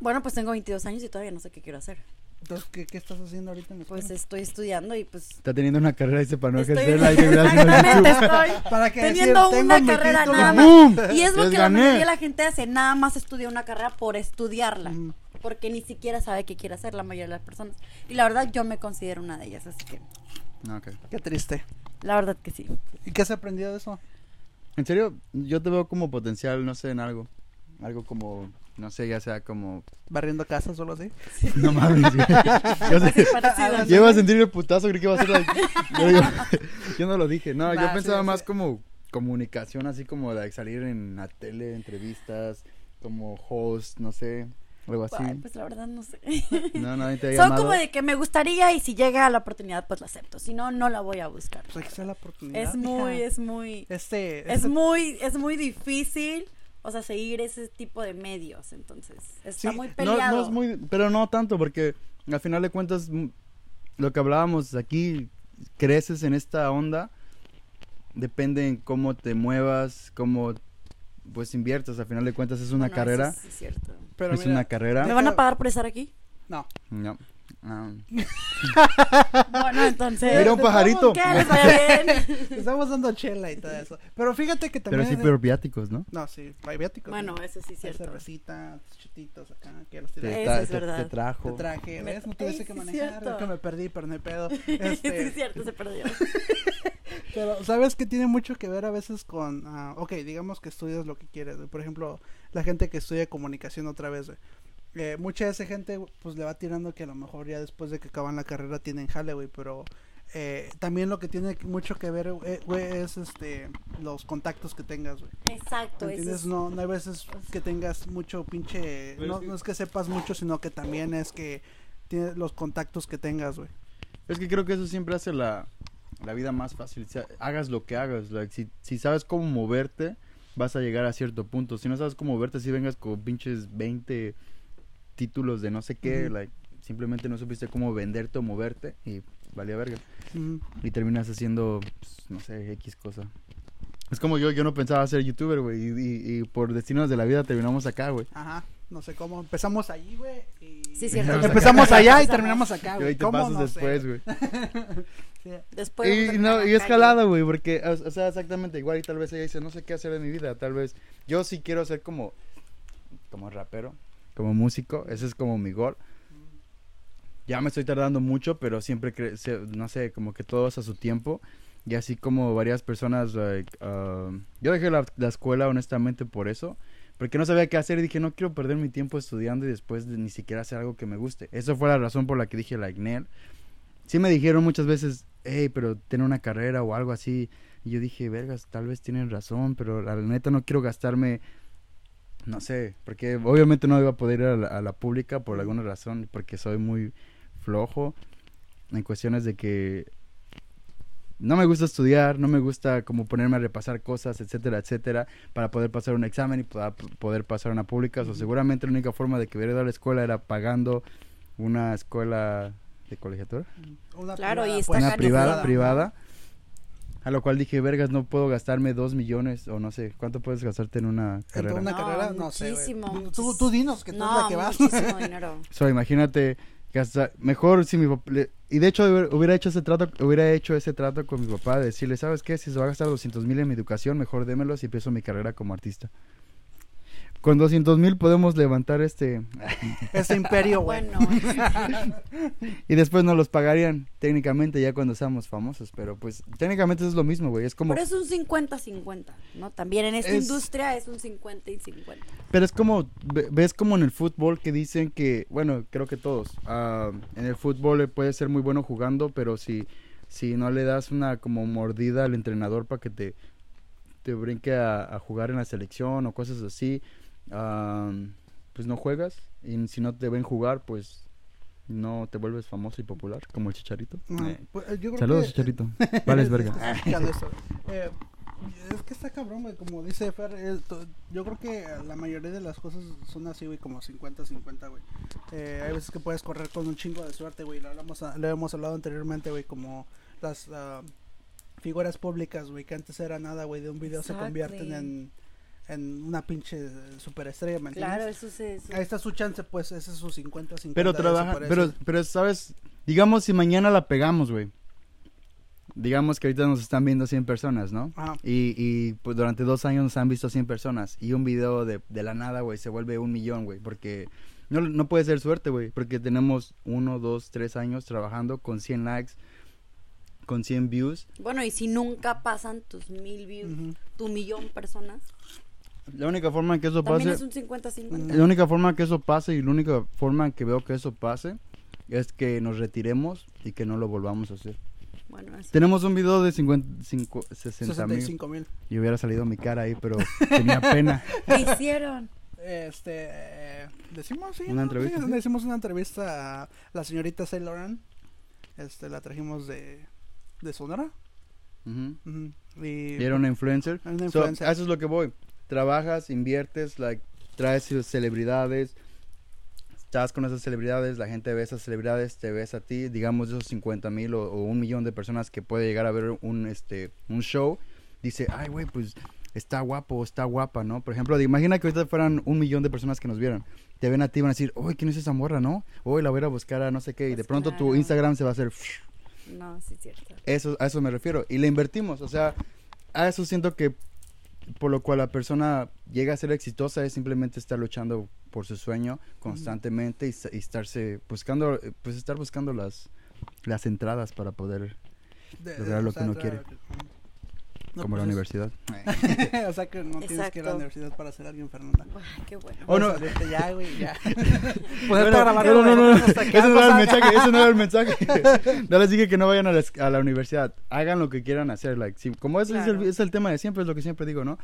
[SPEAKER 3] Bueno, pues tengo 22 años y todavía no sé qué quiero hacer.
[SPEAKER 1] Entonces, ¿qué, qué estás haciendo ahorita en la
[SPEAKER 3] Pues
[SPEAKER 1] escuela?
[SPEAKER 3] estudio estudiando y pues...
[SPEAKER 2] Está teniendo una carrera dice para no
[SPEAKER 3] estoy-
[SPEAKER 2] ejercerla y que hubiera sido
[SPEAKER 3] Exactamente,
[SPEAKER 2] YouTube.
[SPEAKER 3] estoy
[SPEAKER 1] para que
[SPEAKER 3] teniendo
[SPEAKER 1] decir,
[SPEAKER 3] una
[SPEAKER 1] tengo mi
[SPEAKER 3] carrera
[SPEAKER 1] título.
[SPEAKER 3] nada
[SPEAKER 2] y
[SPEAKER 3] más.
[SPEAKER 2] ¡boom!
[SPEAKER 3] Y es lo
[SPEAKER 2] Les
[SPEAKER 3] que la
[SPEAKER 2] gané.
[SPEAKER 3] mayoría de la gente hace, nada más estudia una carrera por estudiarla,
[SPEAKER 1] Ujú.
[SPEAKER 3] porque ni siquiera sabe qué quiere hacer la mayoría de las personas. Y la verdad yo me considero una de ellas, así que
[SPEAKER 2] No, ok.
[SPEAKER 1] Qué triste.
[SPEAKER 3] la verdad que sí.
[SPEAKER 1] ¿Y qué has aprendido de eso?
[SPEAKER 2] En serio, yo te veo como potencial, no sé, en algo. Algo como, no sé, ya sea como...
[SPEAKER 1] Barriendo casas o algo así.
[SPEAKER 2] No mames, güey. Yo sé-
[SPEAKER 3] Parecido, ¿no?
[SPEAKER 2] Yo iba a sentir el putazo, creí que iba a ser la... yo, digo- yo no lo dije, no,
[SPEAKER 1] Nah,
[SPEAKER 2] yo pensaba
[SPEAKER 1] sí,
[SPEAKER 2] más
[SPEAKER 1] sí.
[SPEAKER 2] como comunicación, así como de salir en la tele, entrevistas, como host, no sé, algo así.
[SPEAKER 3] Ay, pues la verdad no sé.
[SPEAKER 2] No, nadie te ha
[SPEAKER 3] Son
[SPEAKER 2] llamado.
[SPEAKER 3] como de que me gustaría y si llega la oportunidad pues la acepto, si no no la voy a buscar.
[SPEAKER 1] Pues aquí está la oportunidad.
[SPEAKER 3] Es muy
[SPEAKER 1] hija.
[SPEAKER 3] es muy
[SPEAKER 2] E-,
[SPEAKER 1] Este,
[SPEAKER 3] es muy es muy difícil, o sea, seguir ese tipo de medios, entonces está
[SPEAKER 1] Sí,
[SPEAKER 3] muy
[SPEAKER 2] No,
[SPEAKER 3] peleado.
[SPEAKER 2] no es muy, pero no tanto, porque al final de cuentas, mm, lo que hablábamos aquí, creces en esta onda, depende en cómo te muevas, cómo pues inviertes, al final de cuentas es una
[SPEAKER 3] Bueno, eso
[SPEAKER 2] carrera.
[SPEAKER 3] sí es cierto.
[SPEAKER 1] pero
[SPEAKER 2] es
[SPEAKER 1] mira,
[SPEAKER 2] una carrera.
[SPEAKER 3] ¿Me van a pagar por estar aquí?
[SPEAKER 1] No.
[SPEAKER 2] No. Ah.
[SPEAKER 3] Bueno, entonces.
[SPEAKER 2] Mira un pajarito.
[SPEAKER 3] ¿Qué? ¿Les vaya bien?
[SPEAKER 1] Estamos dando chela y todo eso. Pero fíjate que
[SPEAKER 2] Pero
[SPEAKER 1] también.
[SPEAKER 2] sí,
[SPEAKER 1] es-
[SPEAKER 2] pero viáticos, ¿no?
[SPEAKER 1] No, sí, hay viáticos.
[SPEAKER 3] bueno,
[SPEAKER 1] ¿no?
[SPEAKER 3] eso sí es
[SPEAKER 1] Hay
[SPEAKER 3] cierto.
[SPEAKER 1] cervecita, chutitos acá, que los
[SPEAKER 3] Sí.
[SPEAKER 1] tiré.
[SPEAKER 3] Eso
[SPEAKER 2] tra-
[SPEAKER 3] es verdad.
[SPEAKER 2] te trajo.
[SPEAKER 1] Te traje,
[SPEAKER 3] Me-
[SPEAKER 1] ¿ves? No
[SPEAKER 3] Ey,
[SPEAKER 1] tuviste
[SPEAKER 3] Eh, sí
[SPEAKER 1] que
[SPEAKER 3] es
[SPEAKER 1] manejar.
[SPEAKER 3] cierto.
[SPEAKER 1] Es que me perdí, pero no hay pedo.
[SPEAKER 3] Sí
[SPEAKER 1] Este,
[SPEAKER 3] es cierto, se perdió.
[SPEAKER 1] Pero, ¿sabes que tiene mucho que ver a veces con... ah, ok, digamos que estudias lo que quieres, güey. Por ejemplo, la gente que estudia comunicación otra vez, güey. Eh, mucha de esa gente, pues, le va tirando que a lo mejor ya después de que acaban la carrera tienen jale, güey. Pero eh, también lo que tiene mucho que ver, eh, güey, es este los contactos que tengas, güey.
[SPEAKER 3] Exacto, eso
[SPEAKER 1] ¿Entiendes?
[SPEAKER 3] es.
[SPEAKER 1] No, no hay veces que tengas mucho pinche...
[SPEAKER 2] Pero
[SPEAKER 1] No,
[SPEAKER 2] es que-
[SPEAKER 1] no es que sepas mucho, sino que también es que tienes los contactos que tengas, güey.
[SPEAKER 2] Es que creo que eso siempre hace la, la vida más fácil. O sea, hagas lo que hagas. like, si, si sabes cómo moverte, vas a llegar a cierto punto. Si no sabes cómo moverte, si vengas con pinches 20 títulos de no sé qué,
[SPEAKER 1] Ujú.
[SPEAKER 2] like, simplemente no supiste cómo venderte o moverte y valía verga.
[SPEAKER 1] Ujú.
[SPEAKER 2] Y terminas haciendo, pues, no sé, X cosa. Es como yo, yo no pensaba ser youtuber, güey, y, y- y por destinos de la vida terminamos acá, güey.
[SPEAKER 1] Ajá, no sé cómo. Empezamos allí, güey. Y...
[SPEAKER 3] Sí, es cierto.
[SPEAKER 1] Empezamos allá y
[SPEAKER 3] Empezamos.
[SPEAKER 1] terminamos acá,
[SPEAKER 2] Y
[SPEAKER 1] Ah, güey.
[SPEAKER 2] ahí te
[SPEAKER 1] ¿Cómo?
[SPEAKER 2] pasas
[SPEAKER 1] No sé.
[SPEAKER 2] después, güey.
[SPEAKER 1] Sí.
[SPEAKER 3] Después. vamos a
[SPEAKER 2] Y, no,
[SPEAKER 3] terminar
[SPEAKER 2] y
[SPEAKER 3] la
[SPEAKER 2] es
[SPEAKER 3] calle.
[SPEAKER 2] jalada, güey, porque, o, o sea, exactamente igual y tal vez ella dice, no sé qué hacer de mi vida, tal vez, yo sí quiero ser como, como rapero, como músico, ese es como mi gol. Ya me estoy tardando mucho, pero siempre, cre- se- no sé, como que todo es a su tiempo. Y así como varias personas, like, um, yo dejé la, la escuela honestamente por eso, porque no sabía qué hacer y dije, no quiero perder mi tiempo estudiando y después de- ni siquiera hacer algo que me guste. Esa fue la razón por la que dije, like, Nel. Sí me dijeron muchas veces, hey, pero tiene una carrera o algo así. Y yo dije, vergas, tal vez tienen razón, pero la neta no quiero gastarme, no sé, porque obviamente no iba a poder ir a la, a la pública por alguna razón, porque soy muy flojo en cuestiones de que no me gusta estudiar, no me gusta como ponerme a repasar cosas, etcétera, etcétera, para poder pasar un examen y poda- poder pasar una pública. O sea, seguramente la única forma de que hubiera ido a la escuela era pagando una escuela de colegiatura
[SPEAKER 1] Una
[SPEAKER 3] Claro,
[SPEAKER 1] privada,
[SPEAKER 3] y está
[SPEAKER 1] pues.
[SPEAKER 2] una
[SPEAKER 3] Sacan
[SPEAKER 2] privada,
[SPEAKER 3] privada.
[SPEAKER 2] privada. A lo cual dije, vergas, no puedo gastarme dos millones o no sé, ¿cuánto puedes gastarte en una
[SPEAKER 1] En toda
[SPEAKER 2] carrera?
[SPEAKER 1] una
[SPEAKER 3] No,
[SPEAKER 1] carrera, no sé. güey.
[SPEAKER 3] muchísimo,
[SPEAKER 1] Tú- Tú,
[SPEAKER 3] muchísimo.
[SPEAKER 1] tú dinos que tú es
[SPEAKER 3] No,
[SPEAKER 1] la que vas.
[SPEAKER 3] muchísimo dinero.
[SPEAKER 2] O sea, imagínate, gastar, mejor si mi papá, le- y de hecho hubiera- hubiera hecho ese trato, hubiera hecho ese trato con mi papá, de decirle, ¿sabes qué? Si se va a gastar 200 mil en mi educación, mejor démelos y empiezo mi carrera como artista. Con 200 mil podemos levantar este.
[SPEAKER 1] Este imperio, güey.
[SPEAKER 3] Bueno,
[SPEAKER 2] Y después nos los pagarían técnicamente ya cuando seamos famosos. Pero pues técnicamente es lo mismo, güey. Es como.
[SPEAKER 3] pero es un 50-50, ¿no? También en esta
[SPEAKER 2] Es-
[SPEAKER 3] industria es un 50 y 50.
[SPEAKER 2] Pero es como, ve- ves como en el fútbol que dicen que, bueno, creo que todos, ah, en el fútbol eh, puedes ser muy bueno jugando, pero si, si no le das una como mordida al entrenador para que te, te brinque a, a jugar en la selección o cosas así, ah, pues no juegas y si no te ven jugar, pues no te vuelves famoso y popular, como el chicharito.
[SPEAKER 1] Ah,
[SPEAKER 2] Eh,
[SPEAKER 1] pues, yo creo
[SPEAKER 2] Saludos,
[SPEAKER 1] que-
[SPEAKER 2] chicharito. Vales
[SPEAKER 1] Es-
[SPEAKER 2] verga.
[SPEAKER 1] es complicado eso. Eh, es que está cabrón, güey. Como dice Fer, eh, to- yo creo que la mayoría de las cosas son así, güey, como 50-50, güey. Eh, hay veces que puedes correr con un chingo de suerte, güey. Lo, hablamos a- lo hemos hablado anteriormente, güey, como las ah, figuras públicas, güey, que antes era nada, güey, de un video se
[SPEAKER 3] Exacto.
[SPEAKER 1] convierten en, en una pinche eh, superestrella, ¿me entiendes?
[SPEAKER 3] Claro, eso se... eso-
[SPEAKER 1] Ahí está su chance, pues, ese es su 50-50.
[SPEAKER 2] Pero
[SPEAKER 1] de
[SPEAKER 2] trabaja,
[SPEAKER 1] superestrella.
[SPEAKER 2] pero, pero sabes, digamos si mañana la pegamos, güey. Digamos que ahorita nos están viendo 100 personas, ¿no?
[SPEAKER 1] Ajá.
[SPEAKER 2] Y, y pues durante dos años nos han visto 100 personas. Y un video de, de la nada, güey, se vuelve un millón, güey. Porque no, no puede ser suerte, güey. Porque tenemos uno, dos, tres años trabajando con 100 likes, con 100 views.
[SPEAKER 3] Bueno, y si nunca pasan tus mil views,
[SPEAKER 1] Ujú.
[SPEAKER 3] tu millón personas,
[SPEAKER 2] La única forma en que eso
[SPEAKER 3] también
[SPEAKER 2] pase...
[SPEAKER 3] es un 50-50.
[SPEAKER 1] Mm.
[SPEAKER 2] La única forma que eso pase y la única forma en que veo que eso pase es que nos retiremos y que no lo volvamos a hacer.
[SPEAKER 3] Bueno, eso.
[SPEAKER 2] Tenemos un video de 50, cinco- 60 mil.
[SPEAKER 1] 65 mil.
[SPEAKER 2] Y hubiera salido mi cara ahí, pero tenía pena.
[SPEAKER 3] ¿Qué hicieron?
[SPEAKER 1] Este, eh, decimos, sí,
[SPEAKER 2] Una
[SPEAKER 1] ¿no? Sí,
[SPEAKER 2] entrevista, sí.
[SPEAKER 1] le hicimos una entrevista a la señorita Ceyloran. Este, la trajimos de, de Sonora.
[SPEAKER 2] Ujú.
[SPEAKER 1] Ujú. Y,
[SPEAKER 2] Y era una influencer.
[SPEAKER 1] Era una
[SPEAKER 2] So,
[SPEAKER 1] influencer.
[SPEAKER 2] a eso es lo que voy. Trabajas, inviertes, like, traes celebridades. Estás con esas celebridades, la gente ve esas celebridades, te ves a ti, digamos de esos 50 mil o, o un millón de personas que puede llegar a ver un, este, un show, dice, ay, güey, pues está guapo, o está guapa, ¿no? Por ejemplo, de- imagina que ahorita fueran un millón de personas que nos vieran. Te ven a ti y van a decir, uy, ¿quién es esa morra, no? Uy, la voy a ir a buscar a no sé qué. y
[SPEAKER 3] Pues
[SPEAKER 2] de pronto tu
[SPEAKER 3] claro.
[SPEAKER 2] Instagram se va a hacer...
[SPEAKER 3] No, sí es cierto.
[SPEAKER 2] Eso, a eso me refiero. Y le invertimos. O sea, a eso siento que por lo cual la persona llega a ser exitosa es simplemente estar luchando por su sueño constantemente y sa- y, estarse buscando, eh, pues estar buscando las, las entradas para poder,
[SPEAKER 1] de- de-
[SPEAKER 2] lograr lo
[SPEAKER 1] o sea,
[SPEAKER 2] que uno
[SPEAKER 1] tra-
[SPEAKER 2] quiere.
[SPEAKER 1] No,
[SPEAKER 2] como la
[SPEAKER 1] pues
[SPEAKER 2] universidad.
[SPEAKER 1] es- o sea que no tienes que ir a
[SPEAKER 3] Exacto.
[SPEAKER 1] la universidad para ser alguien, Fernanda.
[SPEAKER 3] Ay, qué bueno.
[SPEAKER 2] Oh, no.
[SPEAKER 1] Salirte ya, güey, ya. Pues
[SPEAKER 2] Bueno,
[SPEAKER 1] Ponerte a grabar,
[SPEAKER 2] no, no,
[SPEAKER 1] güey,
[SPEAKER 2] no, no,
[SPEAKER 1] hasta que
[SPEAKER 2] ese no era el
[SPEAKER 1] algo salga.
[SPEAKER 2] mensaje, ese no era el mensaje. No les dije que no vayan a la, es- a la universidad, hagan lo que quieran hacer, like, sí, como ese es,
[SPEAKER 3] Claro.
[SPEAKER 2] el, es el tema de siempre, es lo que siempre digo, ¿no?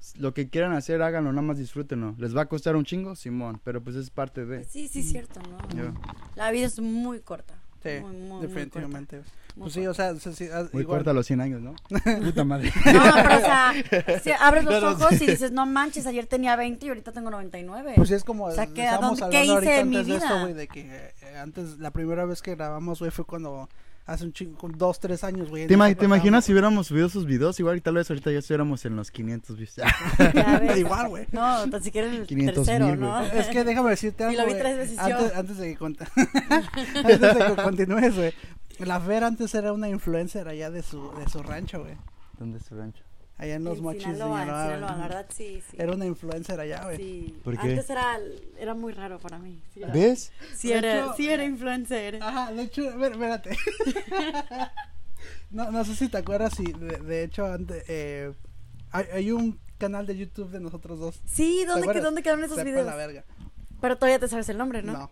[SPEAKER 2] S- Lo que quieran hacer, háganlo, nada más disfrútenlo. ¿Les va a costar un chingo? Simón, pero pues es parte de...
[SPEAKER 3] Sí, sí es cierto, ¿no?
[SPEAKER 2] Yo.
[SPEAKER 3] La vida es muy corta.
[SPEAKER 1] Sí,
[SPEAKER 3] muy, muy, muy
[SPEAKER 1] definitivamente.
[SPEAKER 3] corta, muy
[SPEAKER 1] pues sí, o sea, sí, sí, ah,
[SPEAKER 2] Muy
[SPEAKER 1] igual.
[SPEAKER 2] corta a los 100 años, ¿no? Puta madre.
[SPEAKER 3] corta. No, pero o sea, si abres los
[SPEAKER 2] No, no,
[SPEAKER 3] ojos
[SPEAKER 2] sí.
[SPEAKER 3] y dices, no manches, ayer tenía 20 y ahorita tengo 99.
[SPEAKER 1] Pues sí, es como
[SPEAKER 3] O sea, que, ¿a
[SPEAKER 1] estábamos
[SPEAKER 3] dónde- qué
[SPEAKER 1] hablando
[SPEAKER 3] hice
[SPEAKER 1] ahorita
[SPEAKER 3] de mi
[SPEAKER 1] antes de esto,
[SPEAKER 3] vida?
[SPEAKER 1] güey, de que eh, antes, la primera vez que grabamos, güey, fue cuando hace un chingo, dos, tres años, güey.
[SPEAKER 2] ¿Te,
[SPEAKER 1] en
[SPEAKER 2] ima-
[SPEAKER 1] eso
[SPEAKER 2] te imaginas
[SPEAKER 1] platicábamos.
[SPEAKER 2] si hubiéramos subido esos videos? Igual y tal vez ahorita ya estuviéramos en los 500 views.
[SPEAKER 3] Ya ves.
[SPEAKER 1] Igual, güey.
[SPEAKER 3] No, tan siquiera el
[SPEAKER 2] 500,000,
[SPEAKER 3] tercero,
[SPEAKER 2] güey.
[SPEAKER 3] ¿no?
[SPEAKER 1] Es que déjame decirte algo.
[SPEAKER 3] Y lo vi
[SPEAKER 1] güey.
[SPEAKER 3] tres veces yo.
[SPEAKER 1] antes, antes de que, cont- antes de que continúes, güey. La Fer antes era una influencer allá de su, de su rancho, güey.
[SPEAKER 2] ¿Dónde es su rancho?
[SPEAKER 1] Allá en los
[SPEAKER 3] En
[SPEAKER 1] mochis.
[SPEAKER 3] Sinaloa, en
[SPEAKER 1] Sinaloa, güey.
[SPEAKER 3] Sinaloa, la verdad sí, sí.
[SPEAKER 1] Era una influencer allá, güey.
[SPEAKER 3] Sí.
[SPEAKER 2] ¿Por qué?
[SPEAKER 3] Antes era, era muy raro para mí. Sí, era,
[SPEAKER 2] ¿Ves?
[SPEAKER 3] sí
[SPEAKER 1] De
[SPEAKER 3] era,
[SPEAKER 1] hecho- ah,
[SPEAKER 3] sí era influencer.
[SPEAKER 1] Ajá, de hecho, ver, espérate. no, no sé si te acuerdas, si de, de hecho, ante- eh, hay, hay un canal de YouTube de nosotros dos.
[SPEAKER 3] Sí,
[SPEAKER 1] ¿Te
[SPEAKER 3] ¿dónde, que-
[SPEAKER 1] acuerdas?
[SPEAKER 3] ¿dónde quedaron esos
[SPEAKER 1] Sepa
[SPEAKER 3] videos?
[SPEAKER 1] la verga.
[SPEAKER 3] Pero todavía te sabes el nombre, ¿no?
[SPEAKER 1] No.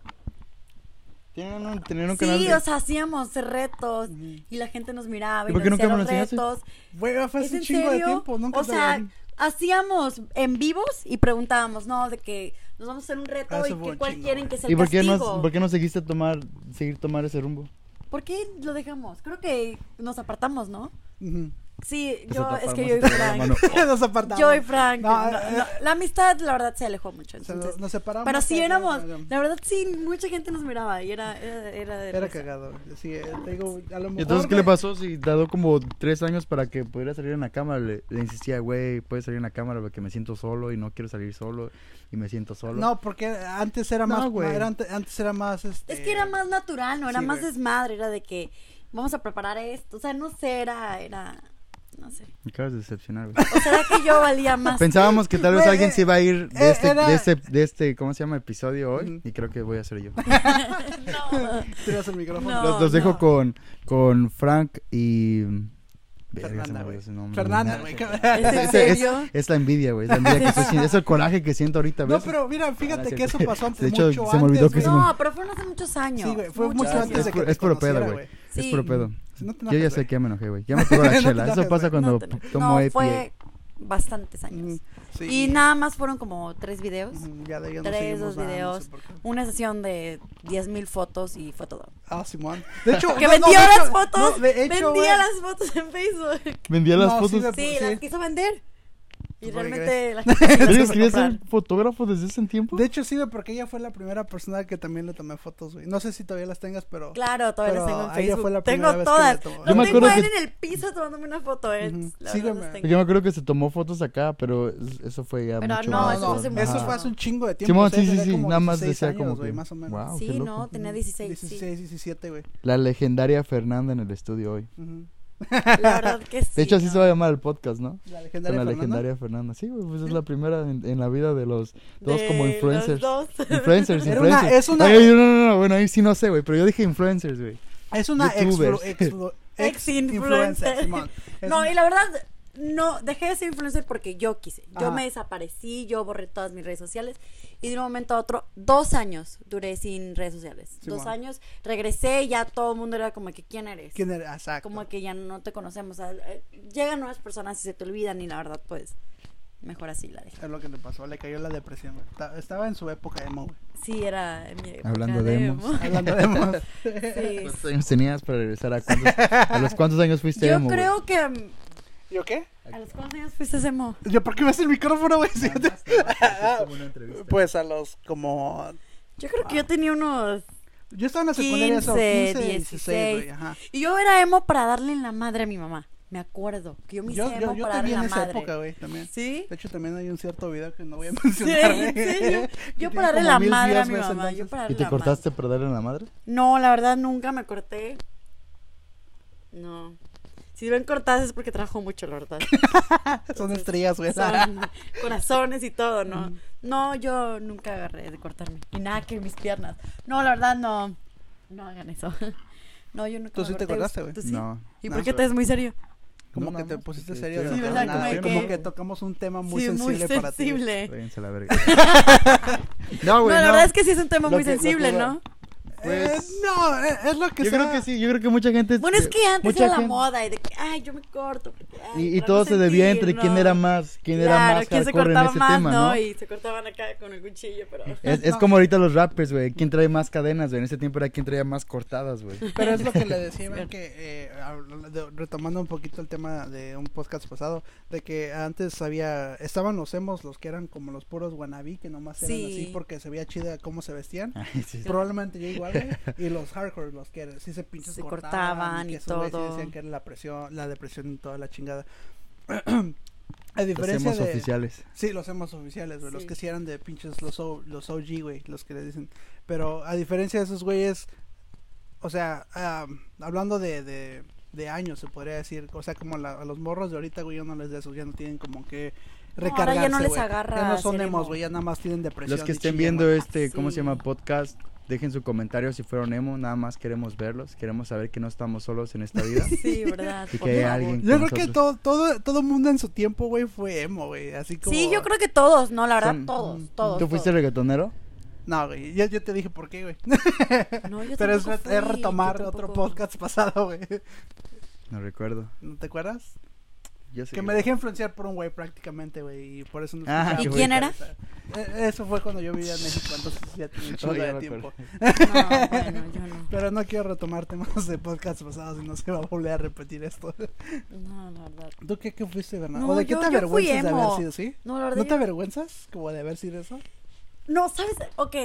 [SPEAKER 2] Tienen un, tenían un canal
[SPEAKER 3] Sí,
[SPEAKER 2] de-
[SPEAKER 3] o sea, hacíamos retos
[SPEAKER 1] Ujú.
[SPEAKER 3] y la gente nos miraba
[SPEAKER 2] ¿Y
[SPEAKER 3] y,
[SPEAKER 2] por qué
[SPEAKER 3] nos
[SPEAKER 2] nunca
[SPEAKER 3] hacía
[SPEAKER 2] me
[SPEAKER 3] los
[SPEAKER 2] lo enseñaste?
[SPEAKER 3] retos.
[SPEAKER 1] Güey, fue
[SPEAKER 3] ¿Es
[SPEAKER 1] hace un
[SPEAKER 3] en
[SPEAKER 1] chingo de
[SPEAKER 3] serio?
[SPEAKER 1] tiempo, nunca
[SPEAKER 3] o
[SPEAKER 1] te
[SPEAKER 3] sea,
[SPEAKER 1] lo-
[SPEAKER 3] hacíamos en vivos y preguntábamos, ¿no? De que nos vamos a hacer un reto
[SPEAKER 1] Ah, eso
[SPEAKER 3] y
[SPEAKER 1] fue
[SPEAKER 3] que
[SPEAKER 1] un
[SPEAKER 3] cuál
[SPEAKER 1] chingo,
[SPEAKER 3] quieren
[SPEAKER 1] güey.
[SPEAKER 3] que sea el
[SPEAKER 2] ¿Y por qué,
[SPEAKER 3] castigo.
[SPEAKER 2] no, por qué no seguiste tomar, seguir tomar ese rumbo?
[SPEAKER 3] ¿Por qué lo dejamos? Creo que nos apartamos, ¿no?
[SPEAKER 1] Ujú.
[SPEAKER 3] Sí,
[SPEAKER 2] Te
[SPEAKER 3] yo,
[SPEAKER 2] soltó
[SPEAKER 3] es que
[SPEAKER 2] Farmacia
[SPEAKER 3] yo
[SPEAKER 2] y
[SPEAKER 3] y
[SPEAKER 2] te agarró la
[SPEAKER 3] Frank.
[SPEAKER 2] mano.
[SPEAKER 1] Nos apartamos.
[SPEAKER 3] Yo y Frank.
[SPEAKER 1] No,
[SPEAKER 3] no,
[SPEAKER 1] eh,
[SPEAKER 3] no, la amistad, la verdad, se alejó mucho.
[SPEAKER 1] o sea,
[SPEAKER 3] entonces.
[SPEAKER 1] nos separamos.
[SPEAKER 3] Pero sí
[SPEAKER 1] pero-
[SPEAKER 3] éramos, la verdad, sí, mucha gente nos miraba y era, era, era de
[SPEAKER 1] Era
[SPEAKER 3] risa.
[SPEAKER 1] cagado. güey. Sí, eh, te digo, a lo
[SPEAKER 2] ¿Y
[SPEAKER 1] mejor.
[SPEAKER 2] entonces qué
[SPEAKER 1] güey,
[SPEAKER 2] le pasó si dado como tres años para que pudiera salir en la cámara? Le, le insistía, güey, puedes salir en la cámara porque me siento solo y no quiero salir solo y me siento solo.
[SPEAKER 1] No, porque antes era
[SPEAKER 2] No,
[SPEAKER 1] más.
[SPEAKER 2] güey.
[SPEAKER 1] era ante- antes era más. Este...
[SPEAKER 3] Es que era más natural, no era
[SPEAKER 1] sí,
[SPEAKER 3] más
[SPEAKER 1] güey.
[SPEAKER 3] desmadre, era de que vamos a preparar esto, o sea, no sé, era, era, No sé.
[SPEAKER 2] Me acabas de decepcionar, güey.
[SPEAKER 3] ¿O será que yo valía más?
[SPEAKER 2] Pensábamos que tal vez
[SPEAKER 1] Güey,
[SPEAKER 2] alguien se iba a ir de
[SPEAKER 1] eh,
[SPEAKER 2] este,
[SPEAKER 1] era-
[SPEAKER 2] de este, de este, ¿cómo se llama? Episodio hoy.
[SPEAKER 1] Ujú.
[SPEAKER 2] Y creo que voy a ser yo.
[SPEAKER 3] no.
[SPEAKER 1] Tiras el micrófono.
[SPEAKER 3] No,
[SPEAKER 2] los, los dejo
[SPEAKER 3] no.
[SPEAKER 2] con, con Frank y... Verga, se me
[SPEAKER 1] Fernanda,
[SPEAKER 2] olvidó
[SPEAKER 1] güey.
[SPEAKER 2] su nombre.
[SPEAKER 1] Fernanda,
[SPEAKER 2] Nah,
[SPEAKER 1] güey. Eh,
[SPEAKER 3] ¿Es en
[SPEAKER 2] Ese- es,
[SPEAKER 3] serio?
[SPEAKER 2] es la envidia, güey. Es, la envidia que estoy sintiendo, es el coraje que siento ahorita, ¿ves?
[SPEAKER 1] No, pero mira, fíjate
[SPEAKER 2] cierto.
[SPEAKER 1] que eso pasó antes.
[SPEAKER 2] Ah, De hecho,
[SPEAKER 1] mucho
[SPEAKER 2] se me olvidó
[SPEAKER 1] antes,
[SPEAKER 2] que
[SPEAKER 1] güey.
[SPEAKER 2] se
[SPEAKER 3] No, pero fueron hace muchos años.
[SPEAKER 1] Sí, güey, fue
[SPEAKER 3] muchos
[SPEAKER 1] mucho antes
[SPEAKER 3] años.
[SPEAKER 1] de que
[SPEAKER 2] Es
[SPEAKER 1] te
[SPEAKER 2] puro pedo,
[SPEAKER 1] conociera,
[SPEAKER 2] güey. Es
[SPEAKER 3] Sí.
[SPEAKER 2] puro pedo.
[SPEAKER 1] No te
[SPEAKER 2] Yo ya
[SPEAKER 1] enojes,
[SPEAKER 2] sé
[SPEAKER 1] güey.
[SPEAKER 2] que ya me enojé, güey. Ya me pegó la
[SPEAKER 1] No te
[SPEAKER 2] chela. Eso
[SPEAKER 1] enojes,
[SPEAKER 2] pasa
[SPEAKER 1] güey.
[SPEAKER 2] cuando
[SPEAKER 3] no, te-
[SPEAKER 2] tomo
[SPEAKER 3] no,
[SPEAKER 2] IPA.
[SPEAKER 3] fue bastantes
[SPEAKER 1] Mm,
[SPEAKER 3] años.
[SPEAKER 1] sí.
[SPEAKER 3] Y nada más fueron como tres videos.
[SPEAKER 1] Mm, Ya de ellos
[SPEAKER 3] Tres,
[SPEAKER 1] seguimos
[SPEAKER 3] dos
[SPEAKER 1] nada, no
[SPEAKER 3] videos.
[SPEAKER 1] sé por qué.
[SPEAKER 3] Una sesión de 10.000 fotos y fue todo.
[SPEAKER 1] Ah, Simón. De hecho,
[SPEAKER 3] Que
[SPEAKER 1] no, no,
[SPEAKER 3] vendió
[SPEAKER 1] de
[SPEAKER 3] las
[SPEAKER 1] hecho-
[SPEAKER 3] fotos.
[SPEAKER 1] no, de hecho, güey,
[SPEAKER 3] vendía las fotos en Facebook.
[SPEAKER 2] Me envié las
[SPEAKER 1] No, sí Pues
[SPEAKER 2] fotos.
[SPEAKER 3] Sí,
[SPEAKER 1] sí.
[SPEAKER 3] las quiso vender. Y
[SPEAKER 1] Pues,
[SPEAKER 3] realmente
[SPEAKER 1] regresa.
[SPEAKER 3] la gente las
[SPEAKER 2] ¿Eres
[SPEAKER 3] quiso
[SPEAKER 2] querías
[SPEAKER 3] comprar.
[SPEAKER 2] ser fotógrafo desde ese tiempo?
[SPEAKER 1] De hecho, sí, güey, porque ella fue la primera persona que también le tomé fotos, güey. No sé si todavía las tengas, pero.
[SPEAKER 3] Claro, todavía
[SPEAKER 1] Pero
[SPEAKER 3] las tengo en
[SPEAKER 1] ella
[SPEAKER 3] Facebook.
[SPEAKER 1] fue la primera vez
[SPEAKER 3] tengo
[SPEAKER 1] que
[SPEAKER 3] todas.
[SPEAKER 1] me tomó.
[SPEAKER 2] Yo
[SPEAKER 3] Yo
[SPEAKER 2] me
[SPEAKER 3] me tengo
[SPEAKER 2] acuerdo
[SPEAKER 3] a él
[SPEAKER 2] que-
[SPEAKER 3] en el piso tomándome una foto, eh.
[SPEAKER 1] Ujú.
[SPEAKER 3] La
[SPEAKER 1] Sí,
[SPEAKER 3] verdad
[SPEAKER 1] güey,
[SPEAKER 3] las
[SPEAKER 1] me-
[SPEAKER 3] tengo.
[SPEAKER 2] Yo me acuerdo que se tomó fotos acá, pero es- eso fue ya
[SPEAKER 3] Pero
[SPEAKER 2] mucho
[SPEAKER 3] no,
[SPEAKER 2] más,
[SPEAKER 3] eso fue hace
[SPEAKER 2] ¿no?
[SPEAKER 1] Eso
[SPEAKER 3] mucho.
[SPEAKER 1] fue
[SPEAKER 2] Ajá.
[SPEAKER 1] hace un chingo de tiempo.
[SPEAKER 2] Simón,
[SPEAKER 1] o sea,
[SPEAKER 2] sí, sí,
[SPEAKER 1] tenía
[SPEAKER 2] sí,
[SPEAKER 1] como
[SPEAKER 2] nada más
[SPEAKER 1] 16
[SPEAKER 2] decía
[SPEAKER 1] años,
[SPEAKER 2] como
[SPEAKER 1] güey,
[SPEAKER 2] que,
[SPEAKER 1] más o menos.
[SPEAKER 2] wow, qué
[SPEAKER 3] sí,
[SPEAKER 2] loco.
[SPEAKER 3] no, tenía 16. sí.
[SPEAKER 1] 16, 17, güey.
[SPEAKER 2] La legendaria Fernanda en el estudio hoy.
[SPEAKER 1] Ujú.
[SPEAKER 3] La verdad que sí.
[SPEAKER 2] De hecho, así
[SPEAKER 3] ¿no?
[SPEAKER 2] se va a llamar el podcast, ¿no?
[SPEAKER 1] La
[SPEAKER 2] Con
[SPEAKER 1] legendaria
[SPEAKER 2] la
[SPEAKER 1] Fernanda.
[SPEAKER 2] legendaria Fernanda. Sí, güey, pues es la primera en, en la vida de los dos
[SPEAKER 3] De
[SPEAKER 2] como
[SPEAKER 3] los
[SPEAKER 2] influencers.
[SPEAKER 3] dos.
[SPEAKER 2] Influencers,
[SPEAKER 1] Era una-
[SPEAKER 2] influencers.
[SPEAKER 1] es una-
[SPEAKER 2] Ay, ay, no, no, no, bueno, ahí sí no sé, güey, pero yo dije influencers, güey.
[SPEAKER 1] Es una ex,
[SPEAKER 2] Youtubers.
[SPEAKER 1] ex
[SPEAKER 3] Ex-influencer.
[SPEAKER 1] influencer, Simón. Es
[SPEAKER 3] No,
[SPEAKER 1] una-
[SPEAKER 3] y la verdad, no, dejé de ser influencer porque yo quise. Yo
[SPEAKER 1] Ajá.
[SPEAKER 3] me desaparecí, yo borré todas mis redes sociales y de un momento a otro, dos años duré sin redes sociales.
[SPEAKER 1] Sí,
[SPEAKER 3] dos
[SPEAKER 1] bueno.
[SPEAKER 3] años, regresé y ya todo el mundo era como que, ¿quién eres?
[SPEAKER 1] ¿Quién era? Ah, Exacto.
[SPEAKER 3] Como que ya no te conocemos. o sea, eh, llegan nuevas personas y se te olvidan y la verdad, pues, mejor así la dejé.
[SPEAKER 1] Es lo que le pasó, le cayó la depresión, güey. Ta- Estaba en su época emo, güey.
[SPEAKER 3] Sí, era mi época
[SPEAKER 2] Hablando de emos.
[SPEAKER 3] emo.
[SPEAKER 1] Hablando Pues, de emo.
[SPEAKER 3] Sí.
[SPEAKER 2] ¿Cuántos años tenías para regresar a cuántos, a los cuántos años
[SPEAKER 1] este
[SPEAKER 2] fuiste
[SPEAKER 3] Yo
[SPEAKER 2] emo, güey?
[SPEAKER 3] creo que... ¿A
[SPEAKER 1] ¿Yo qué?
[SPEAKER 3] los cuántos años fuiste emo?
[SPEAKER 1] ¿Yo por qué me hace el micrófono, güey? Si yo te-
[SPEAKER 2] Pues,
[SPEAKER 1] Pues a los como...
[SPEAKER 3] Yo creo que yo tenía unos...
[SPEAKER 1] Yo estaba en la secundaria, eso,
[SPEAKER 3] 15,
[SPEAKER 1] 15, 16, güey.
[SPEAKER 3] 16.
[SPEAKER 1] Ajá.
[SPEAKER 3] Y yo era emo para darle en la madre a mi mamá. Me acuerdo que yo me hice
[SPEAKER 1] Yo,
[SPEAKER 3] emo
[SPEAKER 1] yo, yo
[SPEAKER 3] para
[SPEAKER 1] te vi
[SPEAKER 3] darle
[SPEAKER 1] en
[SPEAKER 3] la
[SPEAKER 1] esa
[SPEAKER 3] madre.
[SPEAKER 1] época, güey, también.
[SPEAKER 3] ¿Sí?
[SPEAKER 1] De hecho, también hay un cierto video que no voy a
[SPEAKER 3] Sí,
[SPEAKER 1] mencionar, güey.
[SPEAKER 3] en serio. Yo
[SPEAKER 1] Que
[SPEAKER 3] para darle
[SPEAKER 1] tiene como
[SPEAKER 3] la
[SPEAKER 1] mil
[SPEAKER 3] madre a
[SPEAKER 1] views,
[SPEAKER 3] mi
[SPEAKER 1] güey, ese
[SPEAKER 3] mamá. Yo
[SPEAKER 1] entonces.
[SPEAKER 3] para
[SPEAKER 2] ¿Y
[SPEAKER 3] darle
[SPEAKER 2] te
[SPEAKER 3] la
[SPEAKER 2] cortaste para darle en la madre?
[SPEAKER 3] madre. No, la verdad nunca me corté. No. Si ven cortadas es porque trabajo mucho, la verdad.
[SPEAKER 1] Son estrellas, güey.
[SPEAKER 3] Son corazones y todo, ¿no? No, yo nunca agarré de cortarme. Y nada que mis piernas. No, la verdad no. No hagan eso. No, yo nunca
[SPEAKER 1] ¿Tú
[SPEAKER 3] me
[SPEAKER 1] sí te
[SPEAKER 3] corté.
[SPEAKER 1] cortaste, güey?
[SPEAKER 3] ¿Tú Pues sí?
[SPEAKER 2] No.
[SPEAKER 3] ¿Y
[SPEAKER 1] No.
[SPEAKER 3] por qué te ves muy serio?
[SPEAKER 1] Como
[SPEAKER 2] No,
[SPEAKER 1] que
[SPEAKER 2] no,
[SPEAKER 1] te
[SPEAKER 2] no,
[SPEAKER 1] pusiste
[SPEAKER 2] sí,
[SPEAKER 1] serio.
[SPEAKER 2] estoy
[SPEAKER 1] de
[SPEAKER 3] Sí,
[SPEAKER 1] la
[SPEAKER 3] ¿verdad?
[SPEAKER 1] nada,
[SPEAKER 3] Como
[SPEAKER 1] güey.
[SPEAKER 3] que-
[SPEAKER 1] Como que tocamos un
[SPEAKER 2] Ah,
[SPEAKER 1] tema muy
[SPEAKER 3] sí,
[SPEAKER 1] sensible
[SPEAKER 3] muy
[SPEAKER 1] para ti. güey. Eh,
[SPEAKER 3] sensible.
[SPEAKER 2] Váyanse a la verga.
[SPEAKER 3] No,
[SPEAKER 2] Ah, güey,
[SPEAKER 3] la verdad es que sí es un tema
[SPEAKER 2] Lo
[SPEAKER 3] muy
[SPEAKER 2] que- lo que
[SPEAKER 3] sensible,
[SPEAKER 2] va-
[SPEAKER 3] ¿no?
[SPEAKER 2] Pues-
[SPEAKER 1] Eh, no, eh, es lo que
[SPEAKER 2] Yo
[SPEAKER 1] sea.
[SPEAKER 2] creo que sí, yo creo que mucha gente...
[SPEAKER 3] Bueno, es que antes
[SPEAKER 2] mucha
[SPEAKER 3] era la
[SPEAKER 2] gente-
[SPEAKER 3] moda y de que, ay, yo me corto. porque, ay,
[SPEAKER 2] Y, y
[SPEAKER 3] para
[SPEAKER 2] todo
[SPEAKER 3] no
[SPEAKER 2] se debía
[SPEAKER 3] sentir,
[SPEAKER 2] entre quién
[SPEAKER 3] ¿no?
[SPEAKER 2] era más, quién era
[SPEAKER 3] Claro,
[SPEAKER 2] más
[SPEAKER 3] quién se
[SPEAKER 2] hardcore en
[SPEAKER 3] cortaba
[SPEAKER 2] ese
[SPEAKER 3] más,
[SPEAKER 2] tema, ¿no?
[SPEAKER 3] Y se cortaban acá con el cuchillo, pero...
[SPEAKER 2] Es, es como ahorita los rappers, güey. ¿Quién trae más cadenas, güey? En ese tiempo era quien traía más cortadas, güey.
[SPEAKER 1] Pero es lo que le decía, Iván, que eh, habla- de- retomando un poquito el tema de un podcast pasado, de que antes había, estaban los emos, los que eran como los puros wannabe, que nomás eran
[SPEAKER 3] Sí. Ah,
[SPEAKER 1] así porque se veía chida cómo se vestían.
[SPEAKER 2] Ay, sí.
[SPEAKER 1] Probablemente yo igual, güey, y los hardcore, los que sí se pinches
[SPEAKER 3] Se cortaban
[SPEAKER 1] cortaban
[SPEAKER 3] y
[SPEAKER 1] esos güeyes sí
[SPEAKER 3] todo.
[SPEAKER 1] decían que era la presión, la depresión y toda la chingada. A
[SPEAKER 2] Los
[SPEAKER 1] diferencia
[SPEAKER 2] hemos
[SPEAKER 1] de,
[SPEAKER 2] oficiales.
[SPEAKER 1] Sí, los hemos oficiales, güey. Los
[SPEAKER 3] Sí.
[SPEAKER 1] que sí eran de pinches, los, O- los OG, güey. Los que le dicen. Pero a diferencia de esos güeyes, o sea, am, hablando de, de, de años, se podría decir. O sea, como la- a los morros de ahorita, güey, ya no les da eso. Ya no tienen como que
[SPEAKER 3] No, ahora
[SPEAKER 1] recargarse,
[SPEAKER 3] ya no les
[SPEAKER 1] güey.
[SPEAKER 3] agarra
[SPEAKER 1] Ya no son
[SPEAKER 3] ser emo.
[SPEAKER 1] emos, güey. Ya nada más tienen depresión.
[SPEAKER 2] Los que
[SPEAKER 1] y
[SPEAKER 2] estén
[SPEAKER 1] chingan,
[SPEAKER 2] viendo
[SPEAKER 1] güey.
[SPEAKER 2] este, ¿cómo se
[SPEAKER 3] Ah, Sí.
[SPEAKER 2] llama? Podcast, dejen su comentario si fueron emo. Nada más queremos verlos. Queremos saber que no estamos solos en esta vida.
[SPEAKER 3] Sí, ¿verdad?
[SPEAKER 2] Y
[SPEAKER 3] Por
[SPEAKER 2] que hay
[SPEAKER 3] favor.
[SPEAKER 2] alguien-
[SPEAKER 1] Yo
[SPEAKER 2] con
[SPEAKER 1] creo que todo,
[SPEAKER 2] nosotros.
[SPEAKER 1] todo, todo mundo en su tiempo, güey, fue emo, güey. Así como.
[SPEAKER 3] Sí, yo creo que todos, no, la verdad,
[SPEAKER 2] Son-
[SPEAKER 3] todos, todos.
[SPEAKER 2] ¿Tú fuiste
[SPEAKER 3] todos.
[SPEAKER 2] reggaetonero?
[SPEAKER 1] No, güey. Yo, yo te dije por qué, güey.
[SPEAKER 3] No, yo
[SPEAKER 1] Pero es,
[SPEAKER 3] tampoco
[SPEAKER 1] re- es
[SPEAKER 3] fui,
[SPEAKER 1] retomar
[SPEAKER 3] yo
[SPEAKER 1] otro
[SPEAKER 3] tampoco.
[SPEAKER 1] podcast pasado, güey.
[SPEAKER 2] No recuerdo.
[SPEAKER 1] ¿No te acuerdas?
[SPEAKER 2] Yo sé
[SPEAKER 1] Que me dejé influenciar por un güey prácticamente, güey, y por eso no
[SPEAKER 2] Ah,
[SPEAKER 1] escuchaba
[SPEAKER 2] ¿y
[SPEAKER 1] mucha
[SPEAKER 3] quién era?
[SPEAKER 1] salsa. Eh, Eso fue cuando yo vivía en México, entonces ya tenía un chingo
[SPEAKER 2] Oh, ya
[SPEAKER 1] de
[SPEAKER 2] me
[SPEAKER 1] tiempo.
[SPEAKER 2] acordé.
[SPEAKER 3] No, bueno, yo no.
[SPEAKER 1] Pero no quiero retomar temas de podcast pasados y no se va a volver a repetir esto.
[SPEAKER 3] No, la verdad.
[SPEAKER 1] ¿Tú qué, qué fuiste, Bernardo?
[SPEAKER 3] No,
[SPEAKER 1] ¿O de qué
[SPEAKER 3] yo-
[SPEAKER 1] te
[SPEAKER 3] yo fui
[SPEAKER 1] avergüenzas de
[SPEAKER 3] emo.
[SPEAKER 1] haber sido, sí?
[SPEAKER 3] No, la verdad.
[SPEAKER 1] ¿No te
[SPEAKER 3] yo-
[SPEAKER 1] avergüenzas como de haber sido eso?
[SPEAKER 3] no, ¿sabes? Ok,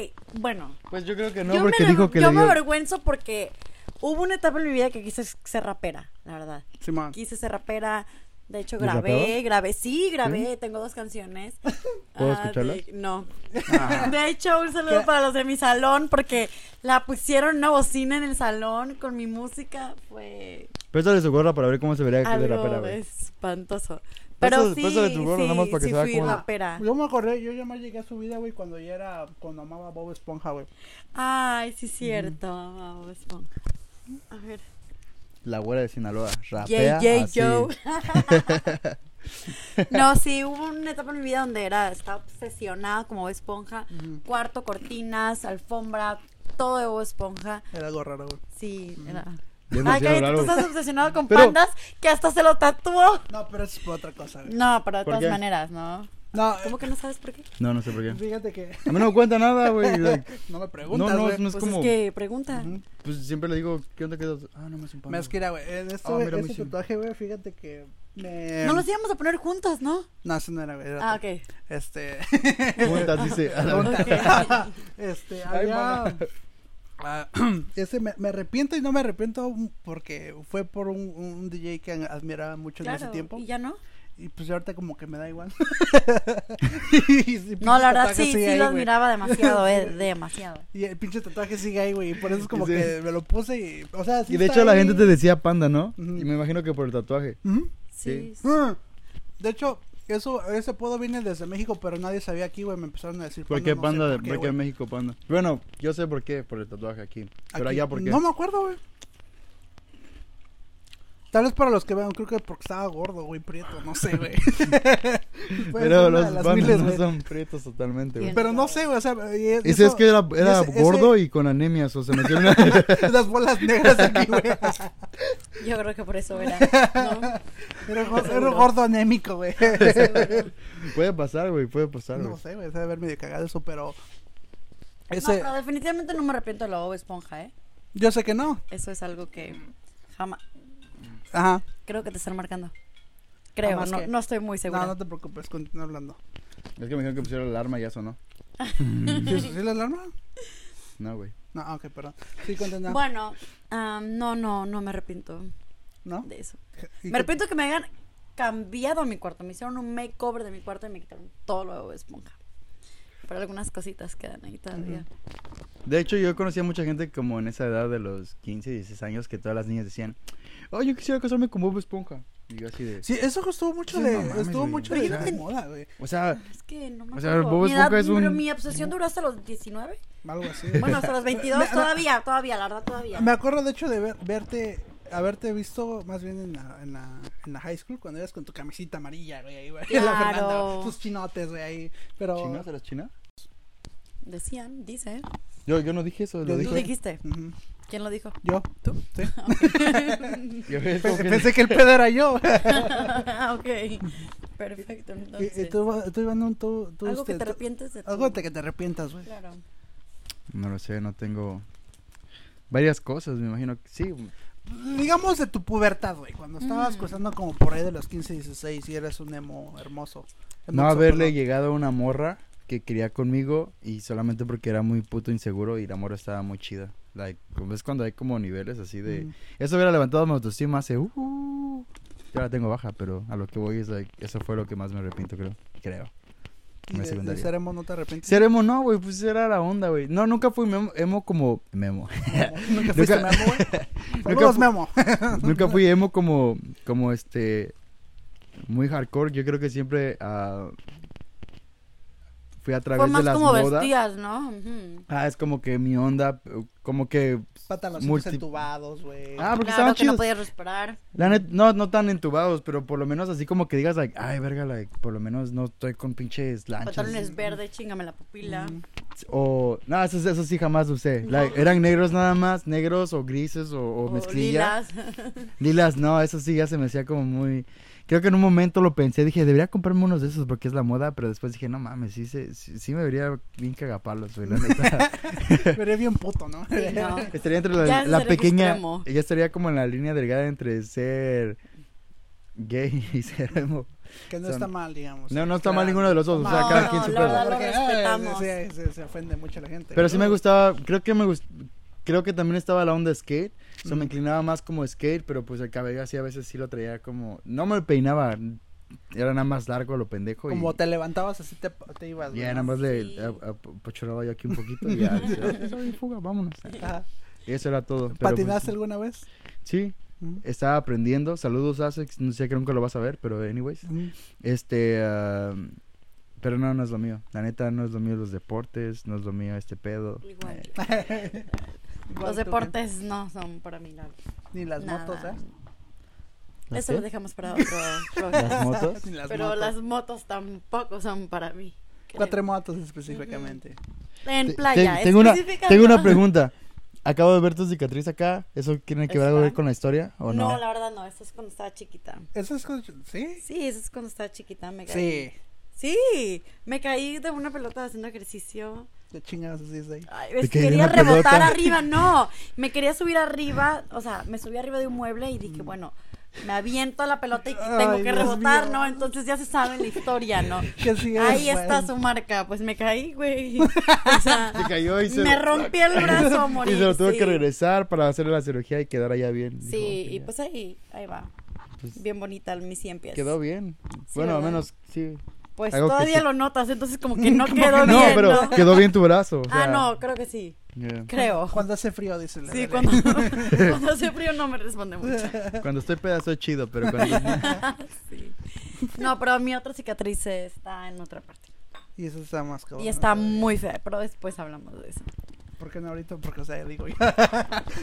[SPEAKER 3] bueno,
[SPEAKER 2] Pues yo creo que no,
[SPEAKER 3] yo
[SPEAKER 2] porque
[SPEAKER 3] me,
[SPEAKER 2] dijo que
[SPEAKER 3] yo
[SPEAKER 2] le
[SPEAKER 3] me
[SPEAKER 2] dio...
[SPEAKER 3] avergüenzo porque hubo una etapa en mi vida que quise ser rapera, la verdad.
[SPEAKER 1] Simón.
[SPEAKER 3] Quise ser rapera, De hecho,
[SPEAKER 2] ¿Y
[SPEAKER 3] grabé,
[SPEAKER 2] rapeabas?
[SPEAKER 3] grabé, sí, grabé, tengo dos canciones.
[SPEAKER 2] ¿Puedo
[SPEAKER 3] Ah, de-
[SPEAKER 2] escucharlas? Ah.
[SPEAKER 3] no. De hecho, un saludo para los de mi salón, porque la pusieron una bocina en el salón con mi música, fue
[SPEAKER 2] Pero eso de su gorra para ver cómo se vería
[SPEAKER 3] Ah,
[SPEAKER 2] que de rapera,
[SPEAKER 3] algo
[SPEAKER 2] güey. Pues
[SPEAKER 3] espantoso. Pero
[SPEAKER 2] Pásale-
[SPEAKER 3] sí,
[SPEAKER 2] pásale tu gorro,
[SPEAKER 3] sí,
[SPEAKER 2] nada más para que
[SPEAKER 3] sí
[SPEAKER 2] se vea
[SPEAKER 3] fui
[SPEAKER 2] cómo-
[SPEAKER 3] rapera.
[SPEAKER 1] Yo me acordé, yo ya más llegué a su vida, güey, cuando yo era, cuando amaba Bob Esponja, güey.
[SPEAKER 3] Ay, sí, cierto. Bob Esponja. A ver.
[SPEAKER 2] La güera de Sinaloa, rapea
[SPEAKER 3] JJ
[SPEAKER 2] así.
[SPEAKER 3] Joe. no, sí, hubo una etapa en mi vida donde era, estaba obsesionada como Bob Esponja.
[SPEAKER 1] Ujú.
[SPEAKER 3] Cuarto, cortinas, alfombra, todo de Bob Esponja.
[SPEAKER 1] Era algo raro, güey.
[SPEAKER 3] Sí, era.
[SPEAKER 2] Ya hemos
[SPEAKER 3] Ay,
[SPEAKER 2] llegado a
[SPEAKER 3] Ah, cállate, tú
[SPEAKER 2] hablar,
[SPEAKER 3] estás obsesionado con
[SPEAKER 2] Pero-
[SPEAKER 3] pandas que hasta se lo tatuó.
[SPEAKER 1] No, pero eso es por otra cosa, güey.
[SPEAKER 3] No, pero de
[SPEAKER 2] ¿Por
[SPEAKER 3] todas
[SPEAKER 2] qué?
[SPEAKER 3] maneras, ¿no?
[SPEAKER 1] No,
[SPEAKER 3] ¿Cómo que no sabes por qué?
[SPEAKER 2] güey. No, no sé por qué.
[SPEAKER 1] eh, fíjate que
[SPEAKER 2] A mí no me cuenta nada, güey. like,
[SPEAKER 1] no me
[SPEAKER 2] no,
[SPEAKER 1] preguntas,
[SPEAKER 2] no,
[SPEAKER 1] güey.
[SPEAKER 2] es- no es
[SPEAKER 3] pues
[SPEAKER 2] como...
[SPEAKER 3] es que pregunta.
[SPEAKER 2] Ujú. Pues siempre le digo, ¿qué onda quedas? Ah, no me
[SPEAKER 3] Pues
[SPEAKER 2] hace un
[SPEAKER 1] Me es que era, güey, en esto,
[SPEAKER 2] Ah,
[SPEAKER 1] güey,
[SPEAKER 2] mira, a mí
[SPEAKER 1] ese
[SPEAKER 2] sí.
[SPEAKER 1] tatuaje, güey, fíjate que me...
[SPEAKER 3] No
[SPEAKER 2] Em.
[SPEAKER 3] los íbamos a poner juntos, ¿no?
[SPEAKER 1] No, eso no era, güey. era
[SPEAKER 3] Ah,
[SPEAKER 1] otro.
[SPEAKER 3] ok.
[SPEAKER 1] Este...
[SPEAKER 2] Juntas, dice. a la vez.
[SPEAKER 3] Ok.
[SPEAKER 1] este,
[SPEAKER 2] Ay,
[SPEAKER 1] había...
[SPEAKER 2] mamá.
[SPEAKER 1] Ah, ese me, me arrepiento y no me arrepiento porque fue por un, un DJ que admiraba mucho en ese
[SPEAKER 3] Claro,
[SPEAKER 1] tiempo.
[SPEAKER 3] ¿Y ya no?
[SPEAKER 1] Y pues ahorita como que me da igual.
[SPEAKER 3] No, la verdad sí, sí
[SPEAKER 1] los
[SPEAKER 3] lo admiraba demasiado, eh, demasiado.
[SPEAKER 1] Y el pinche tatuaje sigue ahí, güey. Y por eso es como
[SPEAKER 2] Sí.
[SPEAKER 1] que me lo puse y. O sea, sí
[SPEAKER 2] Y de
[SPEAKER 1] está
[SPEAKER 2] hecho la
[SPEAKER 1] ahí. ¿Mm?
[SPEAKER 2] gente te decía panda, ¿no?
[SPEAKER 1] Ujú.
[SPEAKER 2] Y me imagino que por el tatuaje.
[SPEAKER 1] Ujú.
[SPEAKER 3] Sí. sí.
[SPEAKER 1] Mm. De hecho, eso, ese apodo viene desde México, pero nadie sabía aquí, güey. Me empezaron a decir.
[SPEAKER 2] ¿Por qué panda?
[SPEAKER 1] No
[SPEAKER 2] de-
[SPEAKER 1] sé
[SPEAKER 2] ¿Por
[SPEAKER 1] por
[SPEAKER 2] qué,
[SPEAKER 1] qué, güey.
[SPEAKER 2] México panda? Bueno, yo sé por qué, por el tatuaje aquí. Pero
[SPEAKER 1] Aquí-
[SPEAKER 2] allá, ¿por qué?
[SPEAKER 1] No me acuerdo, güey. Tal vez para los que vean, creo que porque estaba gordo, güey, prieto, no sé, güey. Puede ser una
[SPEAKER 2] Pero
[SPEAKER 1] de
[SPEAKER 2] los
[SPEAKER 1] las
[SPEAKER 2] pandas
[SPEAKER 1] miles,
[SPEAKER 2] no
[SPEAKER 1] güey.
[SPEAKER 2] son prietos totalmente, güey.
[SPEAKER 3] Bien.
[SPEAKER 1] Pero no sé, güey, o sea, y es-
[SPEAKER 2] Ese
[SPEAKER 1] eso-
[SPEAKER 2] es que era, era
[SPEAKER 1] ese- ese-
[SPEAKER 2] gordo y con anemias, o se metió en una...
[SPEAKER 1] las bolas negras aquí, güey.
[SPEAKER 3] Yo creo que por eso era. ¿no?
[SPEAKER 1] Era, un gor- era
[SPEAKER 3] Seguro.
[SPEAKER 1] un gordo anémico, güey.
[SPEAKER 3] Seguro.
[SPEAKER 2] puede pasar, güey, puede pasar, güey.
[SPEAKER 1] No sé, güey, se debe haber medio cagado eso, pero...
[SPEAKER 3] No,
[SPEAKER 1] Ese,
[SPEAKER 3] pero definitivamente no me arrepiento de la Bob Esponja, ¿eh?
[SPEAKER 1] Yo sé que no.
[SPEAKER 3] Eso es algo que jamás.
[SPEAKER 1] Ajá.
[SPEAKER 3] Creo que te están marcando. Creo,
[SPEAKER 1] Jamás
[SPEAKER 3] no,
[SPEAKER 1] que-
[SPEAKER 3] no estoy muy segura.
[SPEAKER 1] No, no te preocupes, continúa hablando.
[SPEAKER 2] Es que me dijeron que pusieron la alarma y ya sonó.
[SPEAKER 3] Mm.
[SPEAKER 1] ¿Sí, sí la alarma?
[SPEAKER 2] No, güey.
[SPEAKER 1] No, ah, ok, perdón. Sí, continúa.
[SPEAKER 3] Bueno, ah, no, no, no me arrepiento
[SPEAKER 1] ¿No?
[SPEAKER 3] de eso.
[SPEAKER 1] ¿Y
[SPEAKER 3] Me
[SPEAKER 1] qué-
[SPEAKER 3] arrepiento que me hayan cambiado mi cuarto. Me hicieron un makeover de mi cuarto y me quitaron todo lo de Bob Esponja. Pero algunas cositas quedan ahí todavía.
[SPEAKER 2] De hecho, yo conocía mucha gente como en esa edad de los 15, 16 años que todas las niñas decían, oh, yo quisiera casarme con Bob Esponja. Y yo así de...
[SPEAKER 1] Sí, eso estuvo mucho
[SPEAKER 2] Sí,
[SPEAKER 1] de...
[SPEAKER 2] no mames,
[SPEAKER 1] estuvo
[SPEAKER 2] güey.
[SPEAKER 1] mucho
[SPEAKER 2] Pero
[SPEAKER 1] de,
[SPEAKER 2] yo no
[SPEAKER 1] de
[SPEAKER 2] ten-
[SPEAKER 1] moda, güey.
[SPEAKER 2] O sea,
[SPEAKER 3] Es que no me
[SPEAKER 2] O sea,
[SPEAKER 3] acuerdo.
[SPEAKER 2] Bob
[SPEAKER 3] mi edad-
[SPEAKER 2] Esponja es
[SPEAKER 3] pero
[SPEAKER 2] un-
[SPEAKER 3] mi obsesión duró hasta los 19.
[SPEAKER 1] Algo así.
[SPEAKER 3] Bueno, hasta los 22 todavía, todavía, la verdad todavía.
[SPEAKER 1] Me acuerdo, de hecho, de ver- verte... Haberte visto más bien en la, en la, en la high school cuando eras con tu camisita amarilla, güey, ahí, güey. La Fernanda,
[SPEAKER 3] Claro.
[SPEAKER 1] Tus chinotes, güey, ahí. Pero...
[SPEAKER 2] ¿chinas a las chinas?
[SPEAKER 3] Decían, dice.
[SPEAKER 2] Yo, yo no dije eso, lo
[SPEAKER 1] Yo
[SPEAKER 3] Tú
[SPEAKER 2] dijo.
[SPEAKER 3] dijiste.
[SPEAKER 1] Ujú.
[SPEAKER 3] ¿Quién lo dijo?
[SPEAKER 1] Yo. ¿Tú? Sí.
[SPEAKER 2] Yo es como
[SPEAKER 1] Pensé,
[SPEAKER 2] que-
[SPEAKER 1] pensé que el pedo era yo.
[SPEAKER 3] Ah, ok. Perfecto,
[SPEAKER 1] Y,
[SPEAKER 3] entonces.
[SPEAKER 1] y tú, tú, Iván, no, tú, tú,
[SPEAKER 3] Algo que
[SPEAKER 1] usted-
[SPEAKER 3] te
[SPEAKER 1] tú-
[SPEAKER 3] arrepientes de tu-
[SPEAKER 1] Algo de que te arrepientas, güey.
[SPEAKER 3] Claro.
[SPEAKER 2] No lo sé, no tengo... Varias cosas, me imagino que sí.
[SPEAKER 1] Digamos de tu pubertad, güey. Cuando estabas
[SPEAKER 3] Mm.
[SPEAKER 1] cruzando como por ahí de los 15, 16 y eras un emo hermoso.
[SPEAKER 2] No
[SPEAKER 1] Hermoso,
[SPEAKER 2] haberle
[SPEAKER 1] perdón.
[SPEAKER 2] llegado a una morra que quería conmigo y solamente porque era muy puto inseguro y la morra estaba muy chida. Like, es cuando hay como niveles así de...
[SPEAKER 1] Ujú.
[SPEAKER 2] Eso hubiera levantado mi autoestima hace. Uh, yo la tengo baja, pero a lo que voy es like, eso fue lo que más me arrepiento, creo. Creo.
[SPEAKER 1] Y de-
[SPEAKER 2] en la
[SPEAKER 1] de,
[SPEAKER 2] secundaria.
[SPEAKER 1] ser emo no te arrepientes.
[SPEAKER 2] Ser emo no, güey, pues era la onda, güey. No, nunca fui memo, emo como. Memo.
[SPEAKER 1] Nunca fuiste
[SPEAKER 2] Nunca-
[SPEAKER 1] memo, güey.
[SPEAKER 2] Nunca
[SPEAKER 1] Saludos,
[SPEAKER 2] fu-
[SPEAKER 1] memo.
[SPEAKER 2] nunca fui emo como. Como este. Muy hardcore. Yo creo que siempre. ah, fui a través
[SPEAKER 3] Fue más
[SPEAKER 2] de las
[SPEAKER 3] como
[SPEAKER 2] modas.
[SPEAKER 3] vestías, ¿no? Ujú.
[SPEAKER 2] Ah, es como que mi onda. Como que.
[SPEAKER 1] Pantalones
[SPEAKER 2] Multi-
[SPEAKER 1] entubados, güey.
[SPEAKER 2] Ah, porque
[SPEAKER 3] claro
[SPEAKER 2] estaban
[SPEAKER 3] que
[SPEAKER 2] chidos.
[SPEAKER 3] no podías respirar.
[SPEAKER 1] Ah,
[SPEAKER 2] La net- no, no tan entubados, pero por lo menos así como que digas, like, ay, verga, like, por lo menos no estoy con pinches lanchas.
[SPEAKER 3] Pantalones verde, chingame la pupila.
[SPEAKER 1] Mm.
[SPEAKER 2] O, no, eso, eso sí jamás usé. Like, eran negros nada más, negros o grises o, o
[SPEAKER 3] o
[SPEAKER 2] mezclilla.
[SPEAKER 3] lilas.
[SPEAKER 2] Lilas. no, eso sí ya se me hacía como muy... Creo que en un momento lo pensé, dije, debería comprarme unos de esos porque es la moda, pero después dije, no mames, sí, se, sí, sí me vería bien cagapalos, güey, la neta.
[SPEAKER 1] Pero bien puto, ¿no?
[SPEAKER 3] Sí, no.
[SPEAKER 2] Estaría entre la,
[SPEAKER 3] Ya eso
[SPEAKER 2] la
[SPEAKER 3] sería
[SPEAKER 2] pequeña...
[SPEAKER 3] extremo.
[SPEAKER 2] Ella estaría como en la línea delgada entre ser gay y ser emo.
[SPEAKER 1] que no
[SPEAKER 2] Son-
[SPEAKER 1] está mal, digamos.
[SPEAKER 2] No, no está
[SPEAKER 1] Claro.
[SPEAKER 2] mal ninguno de los dos, o sea,
[SPEAKER 3] No,
[SPEAKER 2] cada
[SPEAKER 3] no,
[SPEAKER 2] quien su
[SPEAKER 3] la
[SPEAKER 2] pedo.
[SPEAKER 3] verdad lo
[SPEAKER 1] Porque, eh,
[SPEAKER 3] respetamos.
[SPEAKER 1] sí, sí, se ofende mucho la gente.
[SPEAKER 2] Pero sí me
[SPEAKER 1] gusta
[SPEAKER 2] gustaba, creo que me gust- creo que también estaba la onda skate. O
[SPEAKER 3] Mm.
[SPEAKER 2] sea, me inclinaba más como skate, pero pues el cabello así a veces sí lo traía como... No me peinaba, era nada más largo lo pendejo. y...
[SPEAKER 1] Como te levantabas, así te, te ibas.
[SPEAKER 2] Ya,
[SPEAKER 1] güey.
[SPEAKER 2] nada más
[SPEAKER 3] Sí.
[SPEAKER 2] le a- a- apachurraba yo aquí un poquito y ya. decía, "Ah, soy fuga, vámonos.
[SPEAKER 1] Ajá.
[SPEAKER 2] Y eso era todo. pero, pues, Eh,
[SPEAKER 1] ¿Patinaste alguna vez?
[SPEAKER 2] Sí,
[SPEAKER 1] Mm.
[SPEAKER 2] estaba aprendiendo. Saludos, Asex. No sé que nunca lo vas a ver, pero anyways.
[SPEAKER 1] Mm.
[SPEAKER 2] Este, ah, pero no, no es lo mío. La neta, no es lo mío los deportes, no es lo mío este pedo.
[SPEAKER 3] Igual.
[SPEAKER 2] Eh,
[SPEAKER 1] Mm. Igual
[SPEAKER 3] Los
[SPEAKER 1] tú,
[SPEAKER 3] deportes no son para mí. no.
[SPEAKER 1] Ni las
[SPEAKER 3] Nada.
[SPEAKER 1] motos, ¿eh?
[SPEAKER 2] ¿las
[SPEAKER 3] Eso
[SPEAKER 2] qué?
[SPEAKER 3] lo dejamos para otro programa.
[SPEAKER 2] ¿Las motos?
[SPEAKER 1] Ni las
[SPEAKER 3] Pero
[SPEAKER 1] motos.
[SPEAKER 3] las motos tampoco son para mí.
[SPEAKER 1] Cuatro motos específicamente.
[SPEAKER 2] Te-
[SPEAKER 3] En
[SPEAKER 2] te-
[SPEAKER 3] playa.
[SPEAKER 2] tengo, una,
[SPEAKER 3] específica,
[SPEAKER 2] tengo una
[SPEAKER 3] no.
[SPEAKER 2] pregunta. Acabo de ver tu cicatriz acá. ¿Eso tiene que ver algo
[SPEAKER 3] Está.
[SPEAKER 2] con la historia o no?
[SPEAKER 3] No, la verdad no. Eso es cuando estaba chiquita.
[SPEAKER 1] ¿Eso es con... ¿Sí?
[SPEAKER 3] Sí, eso es cuando estaba chiquita. Me caí.
[SPEAKER 1] Sí.
[SPEAKER 3] Sí. me caí de una pelota haciendo ejercicio.
[SPEAKER 1] De chingados así es ahí.
[SPEAKER 3] Ay,
[SPEAKER 2] Te
[SPEAKER 3] es-
[SPEAKER 2] caí de
[SPEAKER 3] quería
[SPEAKER 2] una
[SPEAKER 3] rebotar
[SPEAKER 2] pelota.
[SPEAKER 3] arriba, no. Me quería subir arriba, o sea, me subí arriba de un mueble y dije, bueno, me aviento a la pelota y tengo
[SPEAKER 1] Ay,
[SPEAKER 3] que
[SPEAKER 1] Dios
[SPEAKER 3] rebotar,
[SPEAKER 1] mío.
[SPEAKER 3] ¿no? Entonces ya se sabe la historia, ¿no?
[SPEAKER 1] Que sí es,
[SPEAKER 3] Ahí está
[SPEAKER 1] güey.
[SPEAKER 3] su marca, pues me caí, güey. O sea,
[SPEAKER 2] Se cayó y se-
[SPEAKER 3] me rompí el brazo, morí.
[SPEAKER 2] Y se lo tuvo
[SPEAKER 3] sí.
[SPEAKER 2] que regresar para hacerle la cirugía y quedar allá bien.
[SPEAKER 3] Sí,
[SPEAKER 2] Dijo, "Ok,
[SPEAKER 3] y
[SPEAKER 2] ya".
[SPEAKER 3] pues ahí, ahí va.
[SPEAKER 2] Pues,
[SPEAKER 3] Bien bonita mis 100 pies.
[SPEAKER 2] Quedó bien.
[SPEAKER 3] Sí,
[SPEAKER 2] bueno, al
[SPEAKER 3] ¿verdad?
[SPEAKER 2] menos sí.
[SPEAKER 3] Pues
[SPEAKER 2] algo que
[SPEAKER 3] todavía
[SPEAKER 2] sí.
[SPEAKER 3] lo notas, entonces como que no quedó
[SPEAKER 2] No,
[SPEAKER 3] bien.
[SPEAKER 2] pero
[SPEAKER 3] ¿no?
[SPEAKER 2] quedó bien tu brazo. o
[SPEAKER 3] Ah,
[SPEAKER 2] sea,
[SPEAKER 3] no, creo que sí.
[SPEAKER 2] yeah.
[SPEAKER 3] Creo.
[SPEAKER 1] Cuando hace frío, dice la
[SPEAKER 3] Sí,
[SPEAKER 1] Lele.
[SPEAKER 3] cuando, cuando hace frío no me responde mucho.
[SPEAKER 2] Cuando estoy pedazo es chido, pero cuando.
[SPEAKER 3] Sí. No, pero mi otra cicatriz está en otra parte.
[SPEAKER 1] Y eso está más cabrón.
[SPEAKER 3] Y está muy fea, pero después hablamos de eso.
[SPEAKER 1] ¿Por qué no ahorita? Porque, o sea, digo, ya.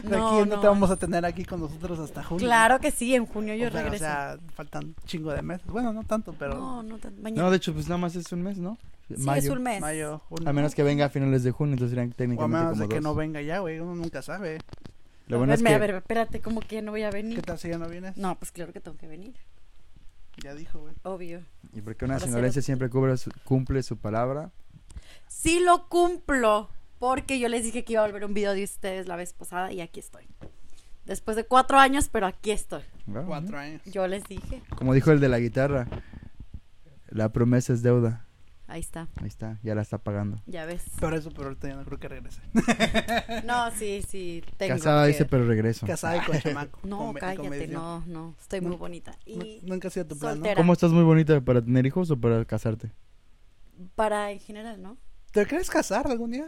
[SPEAKER 1] De aquí
[SPEAKER 3] No,
[SPEAKER 1] no, te
[SPEAKER 3] no.
[SPEAKER 1] vamos a tener aquí con nosotros hasta junio.
[SPEAKER 3] Claro que sí, en junio
[SPEAKER 1] O
[SPEAKER 3] yo
[SPEAKER 1] sea,
[SPEAKER 3] regreso.
[SPEAKER 1] O sea, faltan un chingo de meses. Bueno, no tanto, pero
[SPEAKER 3] no, no, tan- mañana.
[SPEAKER 2] no, de hecho, pues nada más es un mes, ¿no?
[SPEAKER 3] sí, es un mes.
[SPEAKER 1] mayo, junio.
[SPEAKER 2] A menos que venga a finales de junio, entonces serían
[SPEAKER 1] o a
[SPEAKER 2] técnicamente
[SPEAKER 1] menos
[SPEAKER 2] como
[SPEAKER 1] de que
[SPEAKER 2] dos.
[SPEAKER 1] no venga ya, güey. Uno nunca sabe.
[SPEAKER 2] Lo
[SPEAKER 3] a,
[SPEAKER 2] bueno es
[SPEAKER 3] verme,
[SPEAKER 2] que.
[SPEAKER 3] a ver, espérate, como que no voy a
[SPEAKER 1] ¿Qué
[SPEAKER 3] venir.
[SPEAKER 1] tal si ya no vienes?
[SPEAKER 3] No, pues claro que tengo que venir,
[SPEAKER 1] Ya dijo, güey.
[SPEAKER 3] obvio.
[SPEAKER 2] ¿Y porque una
[SPEAKER 3] Ahora sí
[SPEAKER 2] señorense
[SPEAKER 3] lo-
[SPEAKER 2] siempre cubre su- cumple su palabra?
[SPEAKER 3] Sí lo cumplo, porque yo les dije que iba a volver un video de ustedes la vez pasada y aquí estoy. Después de cuatro años, pero aquí estoy.
[SPEAKER 2] Wow,
[SPEAKER 1] Cuatro años.
[SPEAKER 3] Yo les dije,
[SPEAKER 2] ¿no? Como dijo el de la guitarra, la promesa es deuda.
[SPEAKER 3] ahí está,
[SPEAKER 2] Ahí está, ya la está pagando.
[SPEAKER 3] ya ves.
[SPEAKER 1] Pero eso, pero ahorita ya no creo que regrese.
[SPEAKER 3] No, sí, sí, tengo
[SPEAKER 2] Casada
[SPEAKER 3] que-
[SPEAKER 2] dice, pero regreso.
[SPEAKER 1] Casada y con chamaco.
[SPEAKER 3] No,
[SPEAKER 1] con- con
[SPEAKER 3] cállate,
[SPEAKER 1] medición.
[SPEAKER 3] no, no, estoy
[SPEAKER 1] No.
[SPEAKER 3] muy bonita.
[SPEAKER 1] Nu-
[SPEAKER 3] Y
[SPEAKER 1] Nunca ha sido tu plan, ¿no?
[SPEAKER 3] soltera.
[SPEAKER 2] ¿Cómo estás muy bonita para tener hijos o para casarte?
[SPEAKER 3] para en general, ¿no?
[SPEAKER 1] ¿Te crees casar algún día?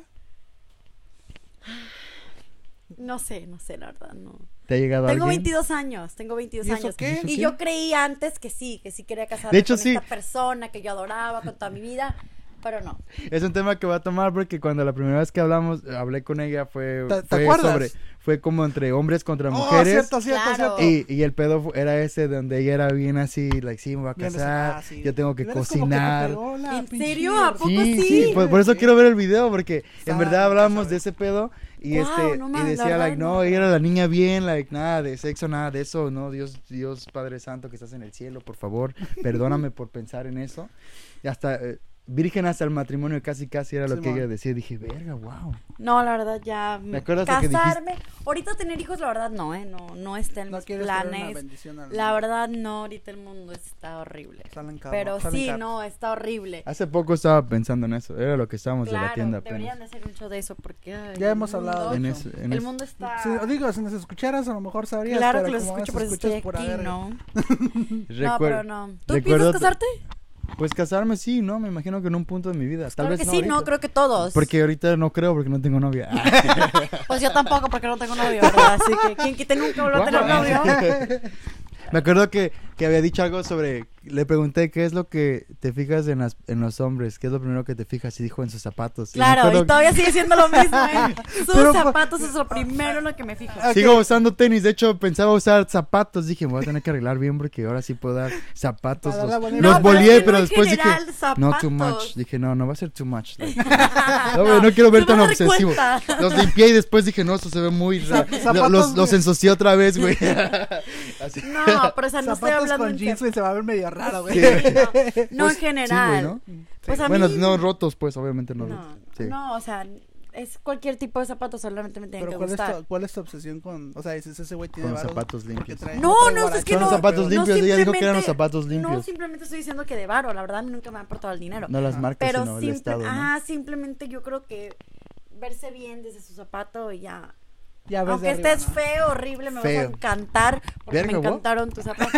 [SPEAKER 3] No sé, no sé, la verdad, no.
[SPEAKER 2] ¿Te ha llegado
[SPEAKER 3] Tengo
[SPEAKER 2] alguien?
[SPEAKER 3] 22 años, tengo 22
[SPEAKER 1] ¿Y eso
[SPEAKER 3] años.
[SPEAKER 1] qué?
[SPEAKER 2] ¿Y eso
[SPEAKER 3] Y
[SPEAKER 2] qué?
[SPEAKER 3] yo creí antes que sí, que sí quería casarme
[SPEAKER 2] De hecho,
[SPEAKER 3] con
[SPEAKER 2] sí.
[SPEAKER 3] esta persona que yo adoraba con toda mi vida, pero no.
[SPEAKER 2] Es un tema que va a tomar porque cuando la primera vez que hablamos, hablé con ella fue,
[SPEAKER 1] ¿Te- te
[SPEAKER 2] fue
[SPEAKER 1] acuerdas?
[SPEAKER 2] sobre, fue como entre hombres contra
[SPEAKER 1] Oh,
[SPEAKER 2] mujeres.
[SPEAKER 1] cierto, cierto,
[SPEAKER 3] Claro.
[SPEAKER 1] cierto.
[SPEAKER 2] Y, y el pedo fu- era ese donde ella era bien así, like, sí, me voy a
[SPEAKER 1] Bien,
[SPEAKER 2] casar,
[SPEAKER 1] ah, sí.
[SPEAKER 2] yo tengo que
[SPEAKER 1] Pero es como
[SPEAKER 2] cocinar.
[SPEAKER 1] te pegó la
[SPEAKER 3] ¿En
[SPEAKER 1] pinche
[SPEAKER 3] serio? ¿A poco?
[SPEAKER 2] Sí, sí,
[SPEAKER 3] sí?
[SPEAKER 2] por, por eso quiero ver el video porque en
[SPEAKER 1] Estaba-
[SPEAKER 2] verdad hablábamos
[SPEAKER 1] sabe.
[SPEAKER 2] de ese pedo y
[SPEAKER 3] Wow,
[SPEAKER 2] este
[SPEAKER 3] no
[SPEAKER 2] y
[SPEAKER 3] mames, la
[SPEAKER 2] decía
[SPEAKER 3] verdad,
[SPEAKER 2] like no,
[SPEAKER 3] no.
[SPEAKER 2] ella era la niña bien, like nada de sexo, nada de eso, no, Dios Dios Padre santo que estás en el cielo, por favor, perdóname por pensar en eso. Y hasta eh, virgen hasta el matrimonio casi casi era lo que
[SPEAKER 1] Simón.
[SPEAKER 2] ella decía, dije, "Verga, wow."
[SPEAKER 3] No, la verdad ya
[SPEAKER 2] ¿Me acuerdas lo que dijiste?
[SPEAKER 3] casarme, ahorita tener hijos la verdad no, eh, no no está en
[SPEAKER 1] No
[SPEAKER 3] mis
[SPEAKER 1] quieres traer una
[SPEAKER 3] planes.
[SPEAKER 1] bendición al
[SPEAKER 3] La
[SPEAKER 1] mundo.
[SPEAKER 3] verdad no, ahorita el mundo está horrible.
[SPEAKER 1] Salen cabros,
[SPEAKER 3] Pero
[SPEAKER 1] salen
[SPEAKER 3] sí,
[SPEAKER 1] cabros.
[SPEAKER 3] no, está horrible.
[SPEAKER 2] Hace poco estaba pensando en eso, era lo que estábamos de la
[SPEAKER 3] Claro,
[SPEAKER 2] tienda
[SPEAKER 3] deberían
[SPEAKER 2] apenas.
[SPEAKER 3] de hacer un show de eso porque ay,
[SPEAKER 1] Ya
[SPEAKER 3] el
[SPEAKER 1] hemos hablado de
[SPEAKER 3] mundo-
[SPEAKER 2] En
[SPEAKER 1] eso.
[SPEAKER 2] eso, en
[SPEAKER 3] el
[SPEAKER 2] eso.
[SPEAKER 3] mundo está
[SPEAKER 1] Sí, digo, si nos escucharas, a lo mejor sabrías.
[SPEAKER 3] Claro
[SPEAKER 1] pero
[SPEAKER 3] que los
[SPEAKER 1] como
[SPEAKER 3] escucho,
[SPEAKER 1] no
[SPEAKER 3] pero
[SPEAKER 1] nos
[SPEAKER 3] estoy
[SPEAKER 1] escuchas pura
[SPEAKER 3] aquí,
[SPEAKER 1] verga.
[SPEAKER 3] ¿no? No,
[SPEAKER 2] Recuer-
[SPEAKER 3] pero no. ¿Tú
[SPEAKER 2] recuerdo-
[SPEAKER 3] piensas casarte?
[SPEAKER 2] Pues casarme sí, no, me imagino que en un punto de mi vida, tal
[SPEAKER 3] Pues Claro
[SPEAKER 2] vez
[SPEAKER 3] que
[SPEAKER 2] no
[SPEAKER 3] sí,
[SPEAKER 2] ahorita.
[SPEAKER 3] no, creo que todos.
[SPEAKER 2] Porque ahorita no creo porque no tengo novia.
[SPEAKER 3] Pues yo tampoco, porque no tengo novio, ¿verdad? Así que quien quite nunca volver a tener
[SPEAKER 2] Vamos.
[SPEAKER 3] novio.
[SPEAKER 2] Me acuerdo que, que había dicho algo sobre. Le pregunté qué es lo que te fijas en, las, en los hombres, qué es lo primero que te fijas, y dijo en sus zapatos. Y me
[SPEAKER 3] Claro,
[SPEAKER 2] acuerdo
[SPEAKER 3] y todavía sigue siendo lo mismo, ¿eh? Sus
[SPEAKER 1] Pero,
[SPEAKER 3] zapatos es lo primero en lo que me fijo.
[SPEAKER 2] que- Sigo usando tenis, de hecho pensaba usar zapatos, dije, me voy a tener que arreglar bien porque ahora sí puedo dar zapatos.
[SPEAKER 1] Para
[SPEAKER 2] Los,
[SPEAKER 1] la buena-
[SPEAKER 2] los
[SPEAKER 1] No,
[SPEAKER 3] pero
[SPEAKER 2] boleé,
[SPEAKER 3] digo
[SPEAKER 2] pero
[SPEAKER 3] en
[SPEAKER 2] después dije,
[SPEAKER 3] general,
[SPEAKER 2] no, too
[SPEAKER 3] zapatos.
[SPEAKER 2] much. Dije, no, no va a ser too much. like, no, güey, no quiero ver
[SPEAKER 3] te vas
[SPEAKER 2] tan
[SPEAKER 3] a dar
[SPEAKER 2] obsesivo.
[SPEAKER 3] cuenta.
[SPEAKER 2] Los limpié y después dije, no, eso se ve muy... ra-
[SPEAKER 1] zapatos,
[SPEAKER 2] los, los
[SPEAKER 1] güey.
[SPEAKER 2] ensucié otra vez, güey. Así.
[SPEAKER 3] No, pero o sea, no estoy
[SPEAKER 1] Zapatos
[SPEAKER 3] hablando
[SPEAKER 1] con
[SPEAKER 3] en
[SPEAKER 1] jeans,
[SPEAKER 3] gen-
[SPEAKER 1] güey, se va a ver medio raro, güey.
[SPEAKER 3] Sí, no, no,
[SPEAKER 2] Pues,
[SPEAKER 3] en
[SPEAKER 2] sí, güey,
[SPEAKER 3] general.
[SPEAKER 2] ¿no?
[SPEAKER 3] Pues a
[SPEAKER 2] bueno,
[SPEAKER 3] mí-
[SPEAKER 2] no rotos, pues, obviamente no,
[SPEAKER 3] No,
[SPEAKER 2] rotos. Sí.
[SPEAKER 3] no, o sea, es cualquier tipo de zapatos, solamente me tienen que
[SPEAKER 1] Pero ¿cuál es,
[SPEAKER 3] gustar.
[SPEAKER 1] tu, ¿cuál es tu obsesión con...? O sea, dices, ese güey tiene
[SPEAKER 2] Con
[SPEAKER 1] varos
[SPEAKER 2] zapatos
[SPEAKER 1] porque
[SPEAKER 2] limpios.
[SPEAKER 1] trae-
[SPEAKER 3] No,
[SPEAKER 1] trae
[SPEAKER 3] no, es que
[SPEAKER 1] guarachones,
[SPEAKER 3] no.
[SPEAKER 2] Son zapatos
[SPEAKER 1] pero-
[SPEAKER 2] limpios,
[SPEAKER 3] no,
[SPEAKER 2] ella dijo que eran
[SPEAKER 3] simplemente-
[SPEAKER 2] los zapatos
[SPEAKER 3] No,
[SPEAKER 2] limpios.
[SPEAKER 3] simplemente estoy diciendo que de varo, la verdad nunca me han aportado el dinero.
[SPEAKER 2] No las marcas,
[SPEAKER 3] pero
[SPEAKER 2] sino el
[SPEAKER 3] simple-
[SPEAKER 2] estado, ¿no?
[SPEAKER 3] ah, simplemente yo creo que verse bien desde su zapato y ya.
[SPEAKER 1] Ya ves de
[SPEAKER 3] Aunque
[SPEAKER 1] arriba,
[SPEAKER 3] estés
[SPEAKER 1] ¿no?
[SPEAKER 3] feo, horrible, me
[SPEAKER 2] Feo.
[SPEAKER 3] vas a encantar porque
[SPEAKER 2] Verga,
[SPEAKER 3] me
[SPEAKER 2] guau.
[SPEAKER 3] encantaron tus zapatos.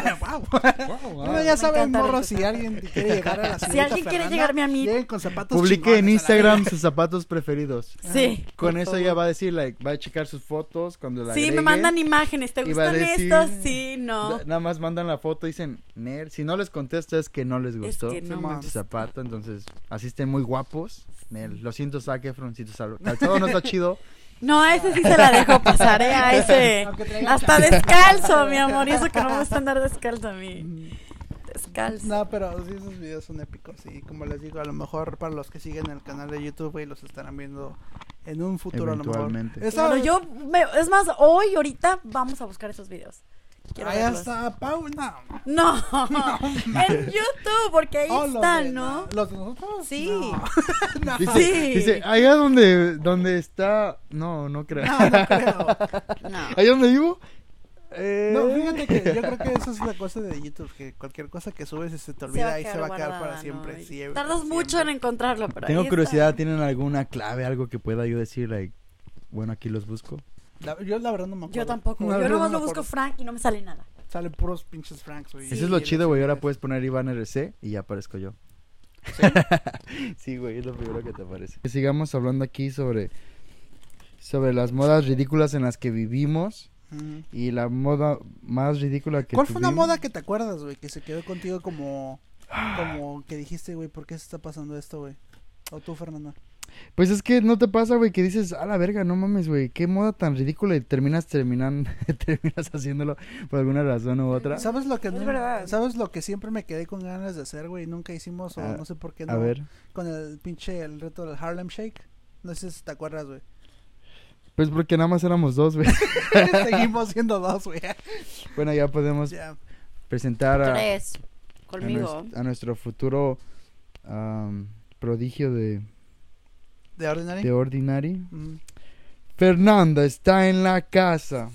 [SPEAKER 1] Bueno, ya
[SPEAKER 3] Me
[SPEAKER 1] saben,
[SPEAKER 3] encantaron
[SPEAKER 1] morro,
[SPEAKER 3] tus
[SPEAKER 1] si
[SPEAKER 3] zapatos.
[SPEAKER 1] alguien quiere llegar a la
[SPEAKER 3] Si
[SPEAKER 1] señorita
[SPEAKER 3] alguien quiere
[SPEAKER 1] Fernanda,
[SPEAKER 3] llegarme a mí.
[SPEAKER 1] lleguen con zapatos
[SPEAKER 2] Publique en
[SPEAKER 1] chingones a la
[SPEAKER 2] Instagram
[SPEAKER 1] verga.
[SPEAKER 2] sus zapatos preferidos.
[SPEAKER 3] Sí.
[SPEAKER 2] Con
[SPEAKER 3] por
[SPEAKER 2] eso
[SPEAKER 3] favor.
[SPEAKER 2] ella va a decir, like, va a checar sus fotos cuando la
[SPEAKER 3] Sí, me
[SPEAKER 2] agregue.
[SPEAKER 3] mandan imágenes. ¿Te
[SPEAKER 2] y va a
[SPEAKER 3] gustan
[SPEAKER 2] decir-
[SPEAKER 3] estos? Sí, no.
[SPEAKER 2] Da- Nada más mandan la foto y dicen, Ner, si no les contesta es que no les gustó
[SPEAKER 3] que
[SPEAKER 1] Sí,
[SPEAKER 3] no me
[SPEAKER 1] man.
[SPEAKER 2] su
[SPEAKER 3] gustó.
[SPEAKER 2] zapato, entonces así estén muy guapos. Ner, lo siento, Zac Efron, si tu sal- calzado no está chido,
[SPEAKER 3] No, a ese sí se la dejo pasar, ¿eh? A ese.
[SPEAKER 1] Aunque traiga
[SPEAKER 3] Hasta descalzo, mi amor. Y eso que no me gusta andar descalzo a mí.
[SPEAKER 1] Mm.
[SPEAKER 3] Descalzo.
[SPEAKER 1] No, pero sí, esos videos son épicos. Y como les digo, a lo mejor para los que siguen el canal de YouTube, güey, los estarán viendo en un futuro a lo mejor.
[SPEAKER 2] Eventualmente.
[SPEAKER 1] Esa-
[SPEAKER 3] Claro, yo. me- es más, hoy, ahorita, vamos a buscar esos videos. Quiero
[SPEAKER 1] Ahí
[SPEAKER 3] verlos.
[SPEAKER 1] está, Paula.
[SPEAKER 3] No, en YouTube, porque ahí
[SPEAKER 1] Oh, los de-
[SPEAKER 3] están, ¿no?
[SPEAKER 1] ¿Los de nosotros?
[SPEAKER 3] Sí.
[SPEAKER 1] No, no,
[SPEAKER 2] dice,
[SPEAKER 3] Sí.
[SPEAKER 2] dice, allá donde, donde está, no, no creo.
[SPEAKER 1] no, no creo.
[SPEAKER 3] No.
[SPEAKER 2] ¿Allá donde vivo? Eh,
[SPEAKER 1] No, fíjate que yo creo que eso es la cosa de YouTube, que cualquier cosa que subes y se te olvida y se va a quedar para
[SPEAKER 3] guardada,
[SPEAKER 1] siempre.
[SPEAKER 3] ¿no? Y
[SPEAKER 1] siempre,
[SPEAKER 3] Tardas
[SPEAKER 1] siempre.
[SPEAKER 3] mucho en encontrarlo, pero ahí
[SPEAKER 2] Tengo
[SPEAKER 3] está.
[SPEAKER 2] curiosidad, ¿tienen alguna clave, algo que pueda yo decir, like, bueno, aquí los busco?
[SPEAKER 1] La- yo la verdad no me acuerdo.
[SPEAKER 3] Yo tampoco.
[SPEAKER 1] La
[SPEAKER 3] yo
[SPEAKER 1] verdad
[SPEAKER 3] nomás
[SPEAKER 1] no me
[SPEAKER 3] lo busco
[SPEAKER 1] acuerdo.
[SPEAKER 3] Frank y no me sale nada.
[SPEAKER 1] Salen puros pinches Franks, güey.
[SPEAKER 2] Eso es lo chido, güey. Ahora puedes poner Iván RC y ya aparezco yo. sí, güey, es lo primero que te aparece. Sigamos hablando aquí sobre, sobre las modas ridículas en las que vivimos
[SPEAKER 1] Ujú.
[SPEAKER 2] y la moda más ridícula pues, que
[SPEAKER 1] ¿Cuál fue una
[SPEAKER 2] tuvimos.
[SPEAKER 1] moda que te acuerdas, güey? Que se quedó contigo como.
[SPEAKER 2] Ah.
[SPEAKER 1] Como que dijiste, güey, ¿por qué se está pasando esto, güey? O tú, Fernanda.
[SPEAKER 2] Pues es que no te pasa, güey, que dices, a la verga, no mames, güey, qué moda tan ridícula y terminas terminan, terminas haciéndolo por alguna razón u otra.
[SPEAKER 1] ¿Sabes lo que
[SPEAKER 3] Es
[SPEAKER 1] no-
[SPEAKER 3] verdad.
[SPEAKER 1] ¿Sabes lo que siempre me quedé con ganas de hacer, güey? y Nunca hicimos, o
[SPEAKER 2] A-
[SPEAKER 1] no sé por qué no.
[SPEAKER 2] Ah, A ver,
[SPEAKER 1] Con el pinche el reto del Harlem Shake. No sé si te acuerdas, güey.
[SPEAKER 2] pues porque nada más éramos dos, güey.
[SPEAKER 1] Seguimos siendo dos, güey.
[SPEAKER 2] Bueno, ya podemos
[SPEAKER 1] Ya.
[SPEAKER 2] presentar a,
[SPEAKER 3] Tres.
[SPEAKER 2] a
[SPEAKER 3] Conmigo.
[SPEAKER 2] nues- A, nuestro futuro am, prodigio de,
[SPEAKER 1] ¿De Ordinary?
[SPEAKER 2] de Ordinary.
[SPEAKER 1] Mm.
[SPEAKER 2] Fernanda está en la casa.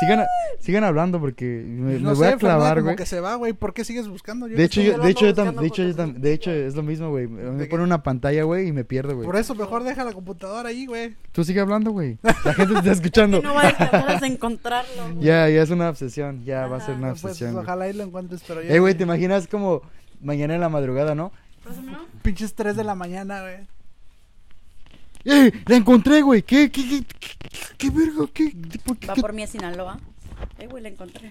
[SPEAKER 2] Sigan, sigan hablando porque me,
[SPEAKER 1] No
[SPEAKER 2] me voy
[SPEAKER 1] sé,
[SPEAKER 2] a clavar,
[SPEAKER 1] Fernanda, como
[SPEAKER 2] güey.
[SPEAKER 1] que se va, güey. ¿Por qué sigues buscando? Yo
[SPEAKER 2] De
[SPEAKER 1] no
[SPEAKER 2] hecho,
[SPEAKER 1] sé.
[SPEAKER 3] yo
[SPEAKER 2] yo,
[SPEAKER 3] lo
[SPEAKER 2] de hecho, yo
[SPEAKER 3] ando
[SPEAKER 2] tam-
[SPEAKER 3] buscando
[SPEAKER 2] de hecho, yo
[SPEAKER 3] por
[SPEAKER 2] tam- de hecho, es lo mismo, güey. Me
[SPEAKER 1] ¿De
[SPEAKER 2] pone
[SPEAKER 1] qué?
[SPEAKER 2] una pantalla, güey, y me pierdo, güey.
[SPEAKER 1] Por eso mejor deja la computadora ahí, güey.
[SPEAKER 2] Tú sigue hablando, güey. La gente te está escuchando.
[SPEAKER 3] Que no vale tratar de encontrarlo.
[SPEAKER 2] Ya, ya es una obsesión. Ya va a ser
[SPEAKER 3] Ajá.
[SPEAKER 2] una
[SPEAKER 1] Pues
[SPEAKER 2] obsesión. güey.
[SPEAKER 1] ojalá ahí lo encuentres, pero yo.
[SPEAKER 2] Eh, güey, ¿te imaginas como mañana en la madrugada, no?
[SPEAKER 3] Pásamelo.
[SPEAKER 1] Pinches 3 de la mañana, güey.
[SPEAKER 2] ¡Eh! ¡La encontré, güey! ¿Qué, qué, qué, qué, qué, verga? ¿Qué, por qué,
[SPEAKER 3] Va
[SPEAKER 2] qué-
[SPEAKER 3] por mí a Sinaloa. Eh, güey, la encontré.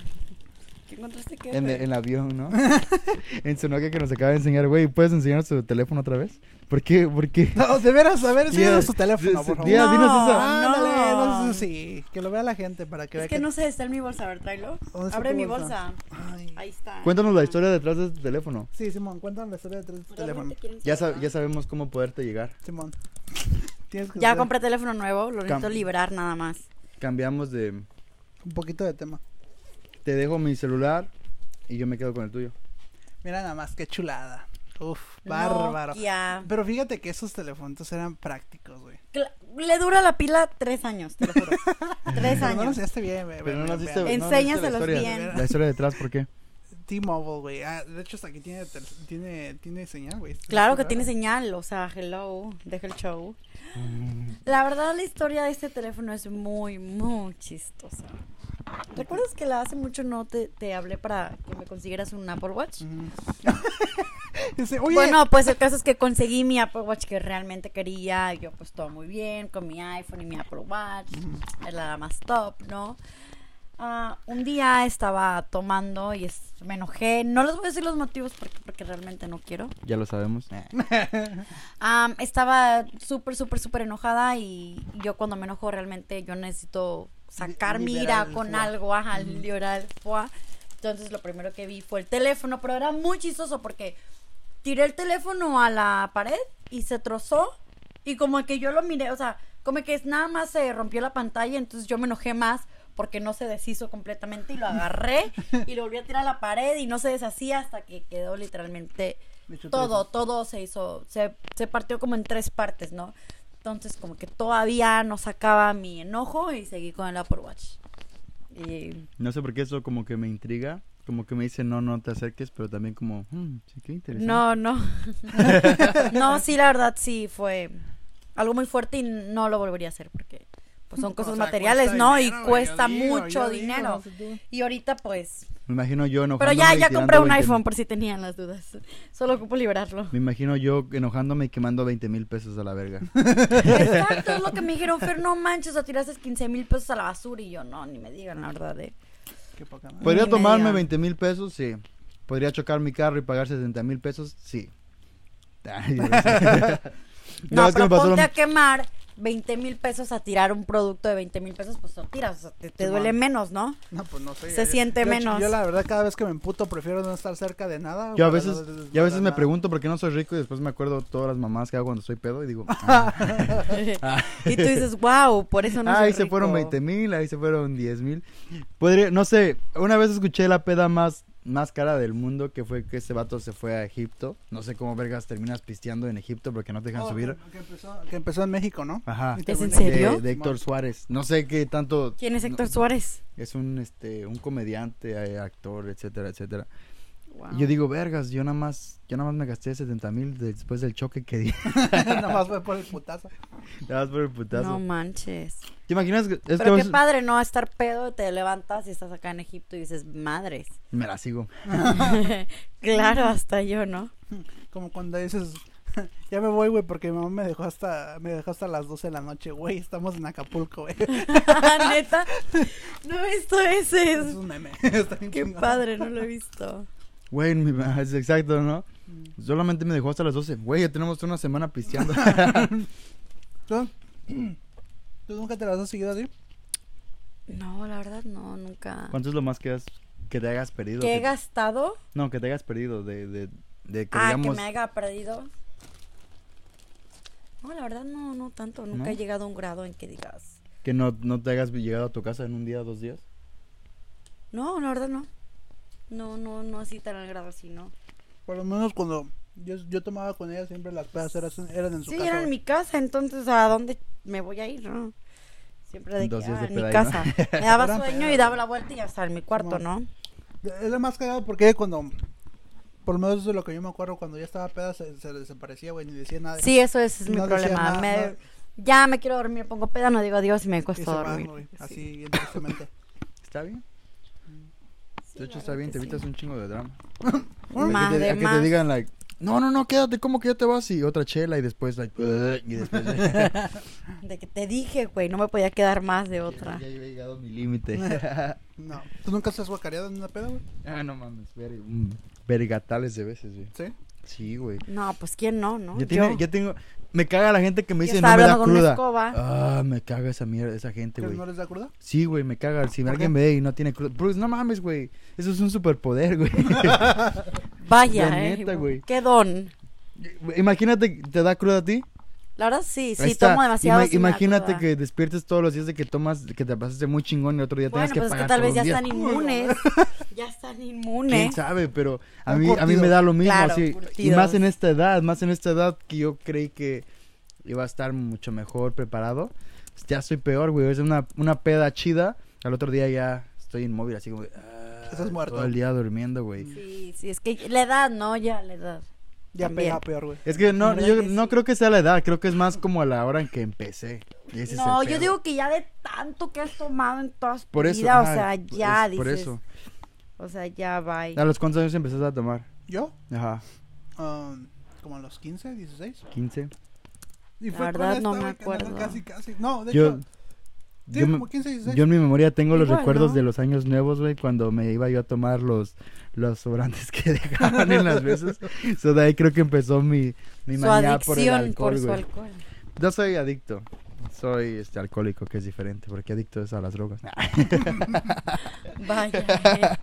[SPEAKER 3] ¿Qué encontraste qué?
[SPEAKER 2] En el,
[SPEAKER 3] güey?
[SPEAKER 2] en el avión, ¿no? en su Nokia que nos acaba de enseñar, güey, ¿puedes enseñarnos tu teléfono otra vez? ¿Por qué? ¿Por qué?
[SPEAKER 1] No, de veras, a ver,
[SPEAKER 2] Tía,
[SPEAKER 1] enséñanos su teléfono,
[SPEAKER 2] sí,
[SPEAKER 1] por
[SPEAKER 2] sí,
[SPEAKER 1] favor.
[SPEAKER 2] tía, dinos esa.
[SPEAKER 1] Ándale,
[SPEAKER 3] no.
[SPEAKER 1] no sé si- Que lo vea la gente para que vea
[SPEAKER 3] Es que no sé, está en mi bolsa. A ver, tráelo.
[SPEAKER 2] Oh,
[SPEAKER 1] ¿Dónde está
[SPEAKER 3] Abre
[SPEAKER 1] tu
[SPEAKER 3] mi
[SPEAKER 1] bolsa?
[SPEAKER 3] bolsa.
[SPEAKER 1] Ay.
[SPEAKER 3] Ahí está.
[SPEAKER 2] Cuéntanos la historia detrás de este teléfono.
[SPEAKER 1] Sí, Simón, cuéntanos la historia
[SPEAKER 3] Pues,
[SPEAKER 1] detrás de tu teléfono.
[SPEAKER 3] Realmente quieren
[SPEAKER 2] Ya,
[SPEAKER 3] saber,
[SPEAKER 2] sa-
[SPEAKER 3] ¿no?
[SPEAKER 2] ya sabemos cómo poderte llegar.
[SPEAKER 1] Simón. Tienes que
[SPEAKER 3] Ya
[SPEAKER 1] hacer
[SPEAKER 3] compré teléfono nuevo, lo necesito
[SPEAKER 2] Cam-
[SPEAKER 3] librar nada más.
[SPEAKER 2] Cambiamos de...
[SPEAKER 1] un poquito de tema.
[SPEAKER 2] Te dejo mi celular y yo me quedo con el tuyo.
[SPEAKER 1] Mira nada más, qué chulada. Uf, bárbaro.
[SPEAKER 3] Nokia.
[SPEAKER 1] Pero fíjate que esos teléfonos eran prácticos, güey.
[SPEAKER 3] Cla- Le dura la pila tres años, te lo juro.
[SPEAKER 1] Pero
[SPEAKER 3] tres
[SPEAKER 1] no
[SPEAKER 3] años.
[SPEAKER 1] nos enseñaste bien, güey.
[SPEAKER 2] Pero no
[SPEAKER 1] vean,
[SPEAKER 2] nos diste...
[SPEAKER 1] vean.
[SPEAKER 2] no nos diste la
[SPEAKER 3] Enséñaselos
[SPEAKER 2] historia.
[SPEAKER 3] bien.
[SPEAKER 2] La historia detrás, ¿por qué?
[SPEAKER 3] Eh.
[SPEAKER 1] T-Mobile, güey. Ah, de hecho, hasta aquí tiene, tel- tiene, tiene señal, güey.
[SPEAKER 3] Claro que tiene señal, o sea, hello, deja el show. La verdad, la historia de este teléfono es muy, muy chistosa. ¿Recuerdas que la hace mucho no te, te hablé para que me consiguieras un Apple Watch?
[SPEAKER 1] Ujú. Dice, oye,
[SPEAKER 3] Bueno, pues el caso es que conseguí mi Apple Watch que realmente quería. Yo pues todo muy bien con mi iPhone y mi Apple Watch. Es la más top, ¿no? Ah, un día estaba tomando y es- me enojé. No les voy a decir los motivos porque, porque realmente no quiero.
[SPEAKER 2] Ya lo sabemos.
[SPEAKER 3] Am, estaba súper, súper, súper enojada y yo cuando me enojo realmente yo necesito sacar mi
[SPEAKER 1] liberar
[SPEAKER 3] ira
[SPEAKER 1] el
[SPEAKER 3] con
[SPEAKER 1] fuá.
[SPEAKER 3] algo, ajá, liberar el fuá. Entonces lo primero que vi fue el teléfono, pero era muy chistoso porque tiré el teléfono a la pared y se trozó y como que yo lo miré, o sea, como que es nada más se rompió la pantalla, entonces yo me enojé más porque no se deshizo completamente y lo agarré y lo volví a tirar a la pared y no se deshacía hasta que quedó literalmente
[SPEAKER 1] De hecho,
[SPEAKER 3] todo, todo se hizo, se, se partió como en tres partes, ¿no? Entonces como que todavía no sacaba mi enojo y seguí con el Apple Watch. Y
[SPEAKER 2] No sé por qué eso como que me intriga. Como que me dice, no, no te acerques, pero también como, "Mm, sí, qué interesante.
[SPEAKER 3] no, no. no, sí, la verdad sí fue algo muy fuerte y no lo volvería a hacer porque pues son cosas
[SPEAKER 1] O sea,
[SPEAKER 3] materiales,
[SPEAKER 1] cuesta
[SPEAKER 3] ¿no?
[SPEAKER 1] dinero,
[SPEAKER 3] y
[SPEAKER 1] güey,
[SPEAKER 3] cuesta
[SPEAKER 1] yo digo,
[SPEAKER 3] mucho
[SPEAKER 1] yo digo,
[SPEAKER 3] dinero.
[SPEAKER 1] no sé tú.
[SPEAKER 3] Y ahorita pues...
[SPEAKER 2] Me imagino yo
[SPEAKER 3] Pero
[SPEAKER 2] enojándome.
[SPEAKER 3] ya,
[SPEAKER 2] y
[SPEAKER 3] ya
[SPEAKER 2] tirando
[SPEAKER 3] compré un
[SPEAKER 2] 20,000.
[SPEAKER 3] iPhone por si tenían las dudas. Solo ocupo liberarlo.
[SPEAKER 2] Me imagino yo enojándome y quemando 20 mil pesos a la verga.
[SPEAKER 3] Exacto, es lo que me dijeron, Fer, no manches, o tiraste 15 mil pesos a la basura y yo, no, ni me digan la verdad, eh.
[SPEAKER 1] Qué poca madre.
[SPEAKER 2] ¿Podría
[SPEAKER 3] Ni me
[SPEAKER 2] tomarme
[SPEAKER 3] digan.
[SPEAKER 2] 20 mil pesos? Sí. ¿Podría chocar mi carro y pagar 60 mil pesos? Sí. Ay, Dios.
[SPEAKER 3] No,
[SPEAKER 2] es que
[SPEAKER 3] pero
[SPEAKER 2] me pasó lo
[SPEAKER 3] ponte a
[SPEAKER 2] mi-
[SPEAKER 3] quemar 20 mil pesos a tirar un producto de 20 mil pesos, pues lo tiras, o sea, te, te
[SPEAKER 1] Sí,
[SPEAKER 3] duele
[SPEAKER 1] man.
[SPEAKER 3] menos, ¿no?
[SPEAKER 1] No, pues no sé.
[SPEAKER 3] Se
[SPEAKER 1] yo-
[SPEAKER 3] siente
[SPEAKER 1] yo-
[SPEAKER 3] menos.
[SPEAKER 1] Yo la verdad cada vez que me emputo prefiero no estar cerca de nada.
[SPEAKER 2] Yo a
[SPEAKER 1] para
[SPEAKER 2] veces,
[SPEAKER 1] no
[SPEAKER 2] yo a veces me
[SPEAKER 1] desmadrar
[SPEAKER 2] pregunto por qué no soy rico y después me acuerdo todas las mamás que hago cuando soy pedo y digo,
[SPEAKER 1] Ah.
[SPEAKER 3] y tú dices, wow, por eso no
[SPEAKER 2] Ah, ahí
[SPEAKER 3] soy
[SPEAKER 2] se fueron
[SPEAKER 3] rico".
[SPEAKER 2] 20 mil, ahí se fueron 10 mil. Podría, no sé, una vez escuché la peda más, más cara del mundo que fue que ese vato se fue a Egipto. No sé cómo vergas terminas pisteando en Egipto porque no te dejan
[SPEAKER 1] nada. Oh,
[SPEAKER 2] subir.
[SPEAKER 1] que- Que empezó, que empezó en México, ¿no?
[SPEAKER 2] Ajá.
[SPEAKER 1] Y
[SPEAKER 3] ¿Es en
[SPEAKER 1] terminó-
[SPEAKER 2] De-
[SPEAKER 3] serio?
[SPEAKER 2] De, Héctor Suárez. No sé qué tanto.
[SPEAKER 3] ¿Quién es
[SPEAKER 2] no-
[SPEAKER 3] Héctor Suárez?
[SPEAKER 2] es un este un comediante, eh, actor, etcétera, etcétera.
[SPEAKER 3] Wow.
[SPEAKER 2] Y yo digo, vergas, yo nada más, yo nada más me gasté 70 mil después del choque que di.
[SPEAKER 1] Nada más fue por el putazo.
[SPEAKER 2] nada más por el putazo.
[SPEAKER 3] no manches.
[SPEAKER 2] ¿Te imaginas que es
[SPEAKER 3] Pero
[SPEAKER 2] que
[SPEAKER 3] qué padre, ¿no? Estar pedo, te levantas y estás acá en Egipto y dices, madres.
[SPEAKER 2] me la sigo?
[SPEAKER 3] claro, hasta yo, ¿no?
[SPEAKER 1] Como cuando dices, ya me voy, güey, porque mi mamá me dejó hasta me dejó hasta las 12 de la noche, güey. Estamos en Acapulco, güey.
[SPEAKER 3] Neta, no he visto ese.
[SPEAKER 2] Pues
[SPEAKER 1] Es un meme. Está bien
[SPEAKER 3] Qué
[SPEAKER 1] chingón.
[SPEAKER 3] padre, no lo he visto.
[SPEAKER 2] Güey, mi ma- es exacto, ¿no?
[SPEAKER 3] Mm.
[SPEAKER 2] Solamente me dejó hasta las 12. Güey, ya tenemos toda una semana pisteando.
[SPEAKER 1] ¿Tú? ¿Tú nunca te las has seguido así?
[SPEAKER 3] No, la verdad, no, nunca.
[SPEAKER 2] ¿Cuánto es lo más que has que te hayas perdido?
[SPEAKER 3] ¿Qué he
[SPEAKER 2] Que-
[SPEAKER 3] gastado?
[SPEAKER 2] No, que te hayas perdido de de de que
[SPEAKER 3] Ah, que
[SPEAKER 2] digamos
[SPEAKER 3] me haya perdido. No, la verdad, no, no tanto. Nunca
[SPEAKER 2] ¿No?
[SPEAKER 3] he llegado a un grado en que digas.
[SPEAKER 2] que no no te hayas llegado a tu casa en un día, dos días.
[SPEAKER 3] No, la verdad, no. No, no, no así tan al grado así, ¿no?
[SPEAKER 1] Por lo menos cuando yo, yo tomaba con ella siempre las pedas eras- eran, en su
[SPEAKER 3] Sí,
[SPEAKER 1] casa.
[SPEAKER 3] era en
[SPEAKER 1] güey.
[SPEAKER 3] mi casa, entonces ¿a dónde me voy a ir? no? Siempre de que,
[SPEAKER 2] Dos días
[SPEAKER 3] ah,
[SPEAKER 2] de
[SPEAKER 3] en
[SPEAKER 2] peda
[SPEAKER 3] mi
[SPEAKER 2] ahí,
[SPEAKER 3] casa. Me daba
[SPEAKER 1] Eran
[SPEAKER 3] sueño
[SPEAKER 1] pedas.
[SPEAKER 3] y daba la vuelta y ya estaba en mi cuarto, ¿no?
[SPEAKER 1] Es lo más cagado porque cuando. Por lo menos eso es lo que yo me acuerdo. Cuando ya estaba peda se, se desaparecía, güey, ni decía nada.
[SPEAKER 3] Sí, eso es, mi
[SPEAKER 1] No decía
[SPEAKER 3] problema.
[SPEAKER 1] nada,
[SPEAKER 3] Me-
[SPEAKER 1] no-
[SPEAKER 3] Ya me quiero dormir, pongo peda, no digo adiós y me
[SPEAKER 1] y se
[SPEAKER 3] cuesta
[SPEAKER 1] van,
[SPEAKER 3] dormir.
[SPEAKER 1] güey,
[SPEAKER 3] Sí.
[SPEAKER 1] Así, bien tristemente.
[SPEAKER 2] ¿Está bien?
[SPEAKER 3] Sí,
[SPEAKER 2] De hecho
[SPEAKER 3] la
[SPEAKER 2] está
[SPEAKER 3] verdad
[SPEAKER 2] bien,
[SPEAKER 3] que
[SPEAKER 2] te
[SPEAKER 3] sí.
[SPEAKER 2] evitas un chingo de drama.
[SPEAKER 3] Más
[SPEAKER 2] a que te,
[SPEAKER 3] de
[SPEAKER 2] a que te
[SPEAKER 3] más.
[SPEAKER 2] digan like, no, no, no, quédate, ¿cómo que ya te vas? Y otra chela y después like, y después ya,
[SPEAKER 3] De que te dije, güey, no me podía quedar más de otra.
[SPEAKER 2] ya he llegado a mi límite.
[SPEAKER 1] No. ¿Tú nunca has guacareado en una peda, güey?
[SPEAKER 2] ah, no mames, ver- mm, vergatales de veces, güey.
[SPEAKER 1] Sí.
[SPEAKER 2] Sí, güey.
[SPEAKER 3] No, pues quién no, ¿no?
[SPEAKER 2] Ya, tiene-
[SPEAKER 3] Yo.
[SPEAKER 2] ya tengo, me caga la gente que me
[SPEAKER 3] Ya
[SPEAKER 2] dice no
[SPEAKER 3] estaba
[SPEAKER 2] me da
[SPEAKER 3] hablando con una
[SPEAKER 2] cruda.
[SPEAKER 3] escoba.
[SPEAKER 2] Ah, me caga esa mierda, esa gente,
[SPEAKER 1] ¿Que
[SPEAKER 2] güey.
[SPEAKER 1] no les da cruda?
[SPEAKER 2] Sí, güey, me caga. Si
[SPEAKER 1] ¿Por
[SPEAKER 2] alguien
[SPEAKER 1] qué?
[SPEAKER 2] me ve y no tiene cruda, Bruce, no mames, güey. Eso es un superpoder, güey.
[SPEAKER 3] Vaya,
[SPEAKER 2] La
[SPEAKER 3] eh.
[SPEAKER 2] neta, güey.
[SPEAKER 3] Qué don.
[SPEAKER 2] Imagínate, te da cruda a ti.
[SPEAKER 3] La verdad sí,
[SPEAKER 2] Ahí
[SPEAKER 3] sí,
[SPEAKER 2] está.
[SPEAKER 3] tomo demasiado.
[SPEAKER 2] Ima-
[SPEAKER 3] sí me da
[SPEAKER 2] imagínate
[SPEAKER 3] cruda.
[SPEAKER 2] que despiertes todos los días de que tomas, que te pasaste muy chingón y otro día
[SPEAKER 3] Bueno,
[SPEAKER 2] tengas que
[SPEAKER 3] pues es
[SPEAKER 2] pagar
[SPEAKER 3] que tal
[SPEAKER 2] por
[SPEAKER 3] vez
[SPEAKER 2] un
[SPEAKER 3] ya
[SPEAKER 2] día.
[SPEAKER 3] están inmunes. ya están
[SPEAKER 2] Quién
[SPEAKER 3] inmunes.
[SPEAKER 2] sabe, pero a
[SPEAKER 1] Un
[SPEAKER 2] mí, a mí
[SPEAKER 1] curtido.
[SPEAKER 2] me da lo mismo.
[SPEAKER 3] Claro,
[SPEAKER 2] sí. Y
[SPEAKER 3] curtidos.
[SPEAKER 2] más en esta edad, más en esta edad que yo creí que iba a estar mucho mejor preparado. Pues ya soy peor, güey. Es una, una peda chida. Al otro día ya estoy inmóvil, así como. que, ah,
[SPEAKER 1] Estás muerto.
[SPEAKER 2] Todo el día durmiendo, güey.
[SPEAKER 3] Sí, sí, es que la edad, ¿no? Ya, la edad.
[SPEAKER 1] Ya
[SPEAKER 3] También.
[SPEAKER 1] pega peor, güey.
[SPEAKER 2] Es que no,
[SPEAKER 3] ¿Verdad
[SPEAKER 2] yo
[SPEAKER 3] que
[SPEAKER 2] no
[SPEAKER 3] sí?
[SPEAKER 2] creo que sea la edad, creo que es más como a la hora en que empecé. Y ese es
[SPEAKER 3] No,
[SPEAKER 2] el
[SPEAKER 3] yo
[SPEAKER 2] pedo.
[SPEAKER 3] digo que ya de tanto que has tomado en todas
[SPEAKER 2] Por
[SPEAKER 3] tu
[SPEAKER 2] eso.
[SPEAKER 3] vida,
[SPEAKER 2] ajá,
[SPEAKER 3] o sea, ya
[SPEAKER 2] es-
[SPEAKER 3] dices.
[SPEAKER 2] Por eso.
[SPEAKER 3] O sea, ya bye.
[SPEAKER 2] ¿A los cuántos años empezaste a tomar?
[SPEAKER 1] ¿Yo?
[SPEAKER 2] Ajá,
[SPEAKER 1] Um, como a los 15, 16.
[SPEAKER 2] 15.
[SPEAKER 1] Y
[SPEAKER 3] La
[SPEAKER 1] fue con
[SPEAKER 3] verdad,
[SPEAKER 1] esta,
[SPEAKER 3] no me
[SPEAKER 1] güey, que andaba
[SPEAKER 3] acuerdo.
[SPEAKER 1] Casi, casi. No, de
[SPEAKER 2] Yo,
[SPEAKER 1] hecho, sí,
[SPEAKER 2] yo, me-
[SPEAKER 1] como 15, 16.
[SPEAKER 2] yo en mi memoria tengo los
[SPEAKER 3] Igual,
[SPEAKER 2] recuerdos
[SPEAKER 3] ¿no?
[SPEAKER 2] de los años nuevos, güey, cuando me iba yo a tomar los, los sobrantes que dejaban en las mesas. So, de ahí creo que empezó mi, mi
[SPEAKER 3] su
[SPEAKER 2] manía por el
[SPEAKER 3] adicción por,
[SPEAKER 2] alcohol,
[SPEAKER 3] su
[SPEAKER 2] güey.
[SPEAKER 3] alcohol.
[SPEAKER 2] Yo soy adicto. Soy este alcohólico, que es diferente, porque adicto es a las drogas.
[SPEAKER 3] Vaya. eh.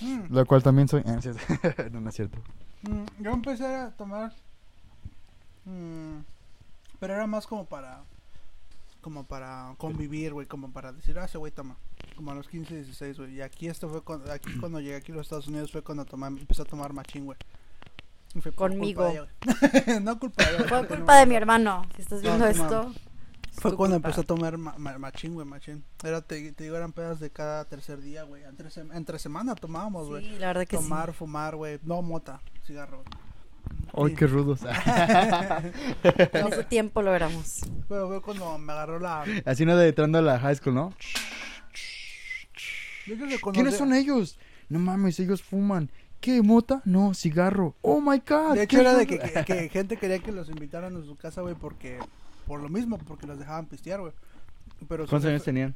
[SPEAKER 1] Mm,
[SPEAKER 2] Lo cual también soy. eh, no es cierto. no, no es cierto.
[SPEAKER 1] mm, yo empecé a tomar. mm, pero era más como para. Como para convivir, güey. Como para decir, ah, ese güey toma. Como a los 15, 16, güey. Y aquí esto fue cuando, aquí cuando llegué aquí a los Estados Unidos fue cuando tomé, empecé a tomar machín, güey. Y fue por
[SPEAKER 3] Conmigo.
[SPEAKER 1] culpa de ella, güey. no culpa de ella, güey,
[SPEAKER 3] Fue
[SPEAKER 1] porque no
[SPEAKER 3] culpa
[SPEAKER 1] me-
[SPEAKER 3] de mi hermano. Si estás
[SPEAKER 1] No,
[SPEAKER 3] viendo
[SPEAKER 1] no
[SPEAKER 3] esto. es
[SPEAKER 1] Fue
[SPEAKER 3] tu
[SPEAKER 1] cuando
[SPEAKER 3] culpa.
[SPEAKER 1] empezó a tomar ma- ma- machín, güey, machín. Era, te, te digo, eran pedas de cada tercer día, güey. Entre, sem- entre semana tomábamos, güey.
[SPEAKER 3] Sí, la verdad que
[SPEAKER 1] Tomar, fumar, güey. No mota, cigarro.
[SPEAKER 2] Ay, qué rudos.
[SPEAKER 3] En ese tiempo lo éramos.
[SPEAKER 1] Pero fue cuando me agarró la.
[SPEAKER 2] Así no de entrando a la high school, ¿no?
[SPEAKER 1] Yo creo que cuando
[SPEAKER 2] ¿Quiénes
[SPEAKER 1] de-
[SPEAKER 2] son ellos? No mames, ellos fuman. ¿Qué mota? No, cigarro. Oh my god.
[SPEAKER 1] De
[SPEAKER 2] qué
[SPEAKER 1] hecho, era de que,
[SPEAKER 2] rudo.
[SPEAKER 1] que- que gente quería que los invitaran a su casa, güey, porque. Por lo mismo, porque los dejaban pistear, güey. Pero su
[SPEAKER 2] ¿Cuántos
[SPEAKER 1] jefe-
[SPEAKER 2] años tenían?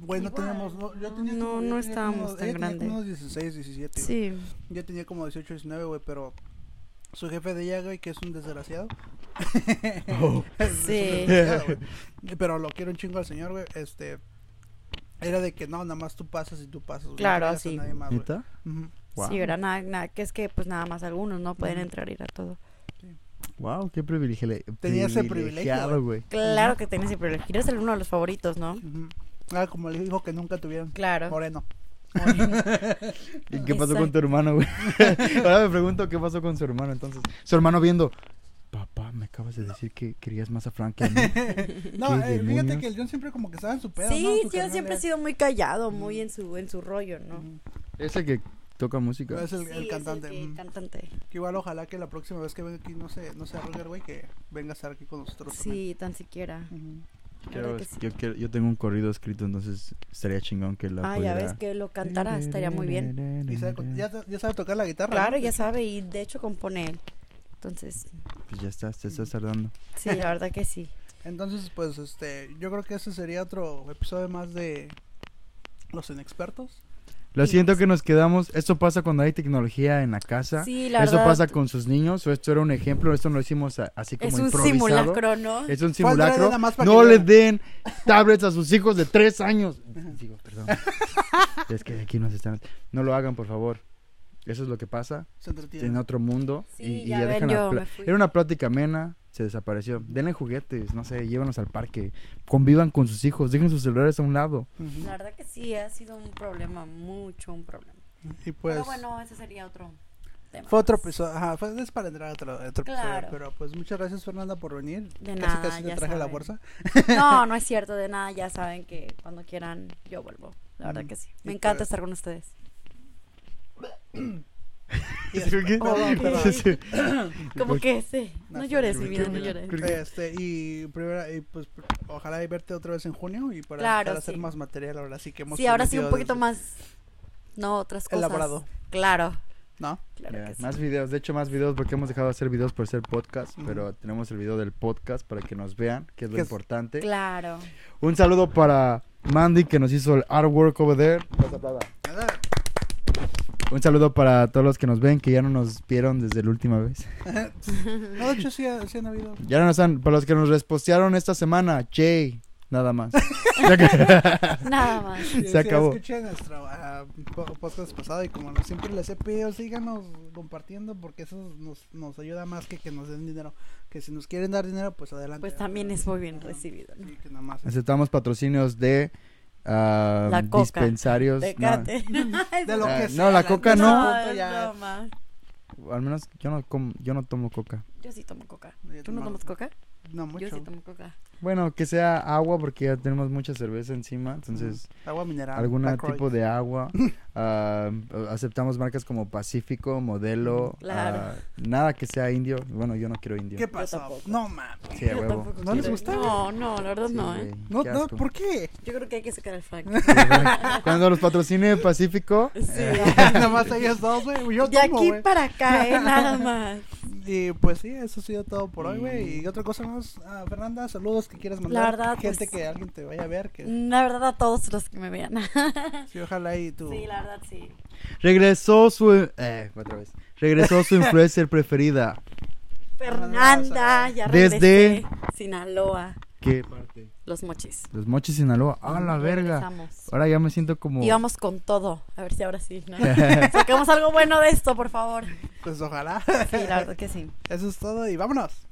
[SPEAKER 1] Güey, no teníamos. No, yo tenía
[SPEAKER 3] No,
[SPEAKER 1] como- yo
[SPEAKER 3] no
[SPEAKER 1] tenía
[SPEAKER 3] estábamos
[SPEAKER 1] como-
[SPEAKER 3] tan
[SPEAKER 1] ella tenía como
[SPEAKER 3] grandes.
[SPEAKER 1] unos 16, 17. güey.
[SPEAKER 3] Sí.
[SPEAKER 1] Yo tenía como 18, 19, güey, pero. Su jefe de ella, güey, que es un desgraciado.
[SPEAKER 2] Oh.
[SPEAKER 1] Es un
[SPEAKER 3] Sí.
[SPEAKER 1] desgraciado, güey. Pero lo quiero un chingo al señor, güey. Este. Era de que no, nada más tú pasas y tú pasas. güey, no
[SPEAKER 3] Claro,
[SPEAKER 1] querías a
[SPEAKER 3] sí.
[SPEAKER 1] nadie más, güey.
[SPEAKER 2] ¿Neta?
[SPEAKER 1] Ujú.
[SPEAKER 2] Wow.
[SPEAKER 3] Sí, era nada, nada, que es que pues nada más algunos no pueden entrar ir a todo.
[SPEAKER 2] Wow, qué privilegio.
[SPEAKER 1] Tenía ese privilegio,
[SPEAKER 2] güey.
[SPEAKER 3] Claro que tenés el privilegio. Eres el uno de los favoritos, ¿no?
[SPEAKER 1] Ujú. Ah, como le dijo que nunca tuvieron.
[SPEAKER 3] Claro.
[SPEAKER 1] Moreno.
[SPEAKER 2] ¿Y qué pasó con tu hermano, güey? Ahora me pregunto qué pasó con su hermano, entonces. Su hermano viendo. Papá, me acabas de decir que querías más a Frank que a mí.
[SPEAKER 1] No,
[SPEAKER 2] ¿Qué
[SPEAKER 1] eh, fíjate
[SPEAKER 2] demonios?
[SPEAKER 1] que el John siempre como que estaba en su pedo. ¿no?
[SPEAKER 3] Sí,
[SPEAKER 1] Su
[SPEAKER 3] yo
[SPEAKER 1] carnal
[SPEAKER 3] siempre he
[SPEAKER 1] era-
[SPEAKER 3] sido muy callado, muy en su en su rollo, ¿no?
[SPEAKER 1] Ujú.
[SPEAKER 2] Ese que toca música.
[SPEAKER 1] Es el,
[SPEAKER 3] Sí,
[SPEAKER 1] el cantante.
[SPEAKER 3] Es el que-
[SPEAKER 1] ujú.
[SPEAKER 3] cantante.
[SPEAKER 1] Que igual ojalá que la próxima vez que venga aquí no se, no se arrugue el güey, que venga a estar aquí con nosotros.
[SPEAKER 3] Sí, tan siquiera.
[SPEAKER 1] también.
[SPEAKER 3] La
[SPEAKER 2] Quiero-
[SPEAKER 3] verdad que sí.
[SPEAKER 2] yo, quiero- yo tengo un corrido escrito, entonces estaría chingón que lo
[SPEAKER 3] Ah, ya ves que lo cantara, estaría muy bien.
[SPEAKER 1] Ujú. Y sabe co- ya, ya sabe tocar la guitarra.
[SPEAKER 3] Claro,
[SPEAKER 1] ¿no?
[SPEAKER 3] ya sabe, y de hecho compone él. Entonces,
[SPEAKER 2] Pues ya estás, te estás tardando.
[SPEAKER 3] sí, la verdad que sí.
[SPEAKER 1] Entonces, pues, este, yo creo que ese sería otro episodio más de los inexpertos.
[SPEAKER 2] Lo siento que nos quedamos. Esto pasa cuando hay tecnología en la casa.
[SPEAKER 3] Sí, la
[SPEAKER 2] Eso
[SPEAKER 3] verdad.
[SPEAKER 2] pasa con sus niños. o Esto era un ejemplo. Esto no lo hicimos a- así como
[SPEAKER 3] es un
[SPEAKER 2] improvisado.
[SPEAKER 3] simulacro, ¿no?
[SPEAKER 2] Es
[SPEAKER 1] ¿Cuál era?
[SPEAKER 2] un simulacro.
[SPEAKER 1] Nada más para
[SPEAKER 2] No
[SPEAKER 1] que
[SPEAKER 2] le
[SPEAKER 1] vean.
[SPEAKER 2] den tablets a sus hijos de tres años. Digo, perdón. es que aquí nos están. No lo hagan, por favor. Eso es lo que pasa
[SPEAKER 1] Se entretienen.
[SPEAKER 2] en otro mundo.
[SPEAKER 3] Sí,
[SPEAKER 2] y, y
[SPEAKER 3] ya ven,
[SPEAKER 2] dejan la
[SPEAKER 3] yo
[SPEAKER 2] pla-
[SPEAKER 3] me fui.
[SPEAKER 2] Era una plática amena. Se desapareció. Denle juguetes, no sé, llévanos al parque. Convivan con sus hijos. Dejen sus celulares a un lado.
[SPEAKER 1] Ujú.
[SPEAKER 3] La verdad que sí, ha sido un problema, mucho un problema.
[SPEAKER 1] Y pues,
[SPEAKER 3] Pero bueno, ese sería otro tema.
[SPEAKER 1] fue otro episodio. Ajá, fue, es para entrar a otro, a otro
[SPEAKER 3] Claro.
[SPEAKER 1] episodio. Pero pues, muchas gracias, Fernanda, por venir.
[SPEAKER 3] De
[SPEAKER 1] casi,
[SPEAKER 3] nada,
[SPEAKER 1] casi te
[SPEAKER 3] ya
[SPEAKER 1] traje a la
[SPEAKER 3] saben.
[SPEAKER 1] fuerza.
[SPEAKER 3] No, no es cierto, de nada, ya saben que cuando quieran yo vuelvo. La verdad
[SPEAKER 1] Ujú.
[SPEAKER 3] que sí.
[SPEAKER 1] Y
[SPEAKER 3] Me encanta
[SPEAKER 1] pues-
[SPEAKER 3] estar con ustedes.
[SPEAKER 1] Perdón, Oh, perdón.
[SPEAKER 2] Sí, sí.
[SPEAKER 3] Como que sí. No
[SPEAKER 1] No,
[SPEAKER 3] llores,
[SPEAKER 1] sí,
[SPEAKER 3] mi
[SPEAKER 1] sí,
[SPEAKER 3] vida,
[SPEAKER 1] sí,
[SPEAKER 3] no
[SPEAKER 1] sí.
[SPEAKER 3] llores.
[SPEAKER 1] Este, y primera, y pues pr- ojalá y verte otra vez en junio y para
[SPEAKER 3] Claro,
[SPEAKER 1] empezar a hacer
[SPEAKER 3] sí.
[SPEAKER 1] más material ahora sí que hemos
[SPEAKER 3] Sí, ahora sí
[SPEAKER 1] prometido
[SPEAKER 3] un poquito
[SPEAKER 1] desde-
[SPEAKER 3] más. No, otras cosas.
[SPEAKER 1] Elaborado.
[SPEAKER 3] Claro,
[SPEAKER 1] ¿No?
[SPEAKER 3] claro
[SPEAKER 2] Ya,
[SPEAKER 3] que sí.
[SPEAKER 2] Más videos, de hecho más videos porque hemos dejado de hacer videos por ser podcast,
[SPEAKER 1] Ujú.
[SPEAKER 2] pero tenemos el video del podcast para que nos vean, que es lo
[SPEAKER 1] Que es-
[SPEAKER 2] importante.
[SPEAKER 3] Claro.
[SPEAKER 2] Un saludo para Mandy que nos hizo el artwork over there.
[SPEAKER 1] Nada.
[SPEAKER 2] Un saludo para todos los que nos ven, que ya no nos vieron desde la última vez.
[SPEAKER 1] No, de hecho sí, ha- sí han habido.
[SPEAKER 2] Ya no nos han, para los que nos respostearon esta semana, Jay, nada más.
[SPEAKER 3] Nada más.
[SPEAKER 1] Sí,
[SPEAKER 2] Se
[SPEAKER 1] sí,
[SPEAKER 2] acabó.
[SPEAKER 1] Escuché nuestro ah, po- podcast pasado y como siempre les he pedido, síganos compartiendo porque eso nos, nos ayuda más que que nos den dinero. Que si nos quieren dar dinero, pues adelante.
[SPEAKER 3] Pues también es muy bien
[SPEAKER 1] Ajá.
[SPEAKER 3] recibido, ¿no?
[SPEAKER 1] Sí, que nada más.
[SPEAKER 2] Aceptamos patrocinios de ah,
[SPEAKER 3] La coca.
[SPEAKER 2] dispensarios. No,
[SPEAKER 3] Tecate.
[SPEAKER 1] Pues De lo
[SPEAKER 2] Ah,
[SPEAKER 1] que
[SPEAKER 2] no,
[SPEAKER 1] sea,
[SPEAKER 2] la coca
[SPEAKER 1] neta,
[SPEAKER 2] no.
[SPEAKER 1] punto, ya.
[SPEAKER 3] es broma.
[SPEAKER 2] al menos yo no como- yo no tomo coca.
[SPEAKER 3] Yo sí tomo coca.
[SPEAKER 1] Yo
[SPEAKER 3] ¿Tú no
[SPEAKER 1] tomo-
[SPEAKER 3] tomas coca?
[SPEAKER 1] No,
[SPEAKER 3] Yo
[SPEAKER 1] mucho.
[SPEAKER 3] sí tomo coca.
[SPEAKER 2] Bueno, que sea agua porque ya tenemos mucha cerveza encima, entonces
[SPEAKER 1] Agua mineral.
[SPEAKER 2] algún
[SPEAKER 1] Lacroix.
[SPEAKER 2] tipo de agua. Ah, aceptamos marcas como Pacífico,
[SPEAKER 1] Mm,
[SPEAKER 2] Modelo,
[SPEAKER 3] Claro.
[SPEAKER 2] ah, nada que sea indio. Bueno, yo no quiero indio.
[SPEAKER 1] ¿Qué pasó?
[SPEAKER 3] tampoco.
[SPEAKER 1] No, mames.
[SPEAKER 2] Sí, a
[SPEAKER 3] Yo
[SPEAKER 2] huevo.
[SPEAKER 3] tampoco
[SPEAKER 1] ¿No les
[SPEAKER 3] quiero.
[SPEAKER 1] gusta?
[SPEAKER 3] No, no, la verdad
[SPEAKER 2] Sí,
[SPEAKER 3] no,
[SPEAKER 2] güey,
[SPEAKER 3] ¿eh?
[SPEAKER 1] No,
[SPEAKER 2] qué
[SPEAKER 1] no,
[SPEAKER 2] asco.
[SPEAKER 1] ¿por qué?
[SPEAKER 3] Yo creo que hay que sacar al Frank.
[SPEAKER 2] Sí, güey. Cuando los patrocine Pacífico,
[SPEAKER 3] Sí.
[SPEAKER 1] Nada más ellos dos, güey. Yo
[SPEAKER 3] De
[SPEAKER 1] tomo,
[SPEAKER 3] aquí
[SPEAKER 1] güey.
[SPEAKER 3] para acá, ¿eh? Nada más.
[SPEAKER 1] Y pues sí, eso ha sido todo por hoy, güey. Y otra cosa más, ah, Fernanda, saludos que quieras mandar.
[SPEAKER 3] verdad,
[SPEAKER 1] Gente
[SPEAKER 3] pues- mm.
[SPEAKER 1] que alguien te vaya a ver. Que...
[SPEAKER 3] La verdad, a todos los que me vean.
[SPEAKER 1] Sí, ojalá y tú. Ah,
[SPEAKER 3] Sí, la verdad, sí.
[SPEAKER 2] regresó su eh, otra vez. Regresó su influencer preferida.
[SPEAKER 3] Fernanda, ya regresé.
[SPEAKER 2] Desde-
[SPEAKER 3] Sinaloa,
[SPEAKER 2] ¿Qué parte?
[SPEAKER 3] los mochis.
[SPEAKER 2] Los Mochis Sinaloa. ¡A la verga!
[SPEAKER 3] Mm, Regresamos.
[SPEAKER 2] Ahora ya me siento como
[SPEAKER 3] Y vamos con todo. A ver si ahora sí, ¿no? Sacamos algo bueno de esto, por favor.
[SPEAKER 1] Pues ojalá.
[SPEAKER 3] Sí, la verdad que sí.
[SPEAKER 1] Eso es todo y vámonos.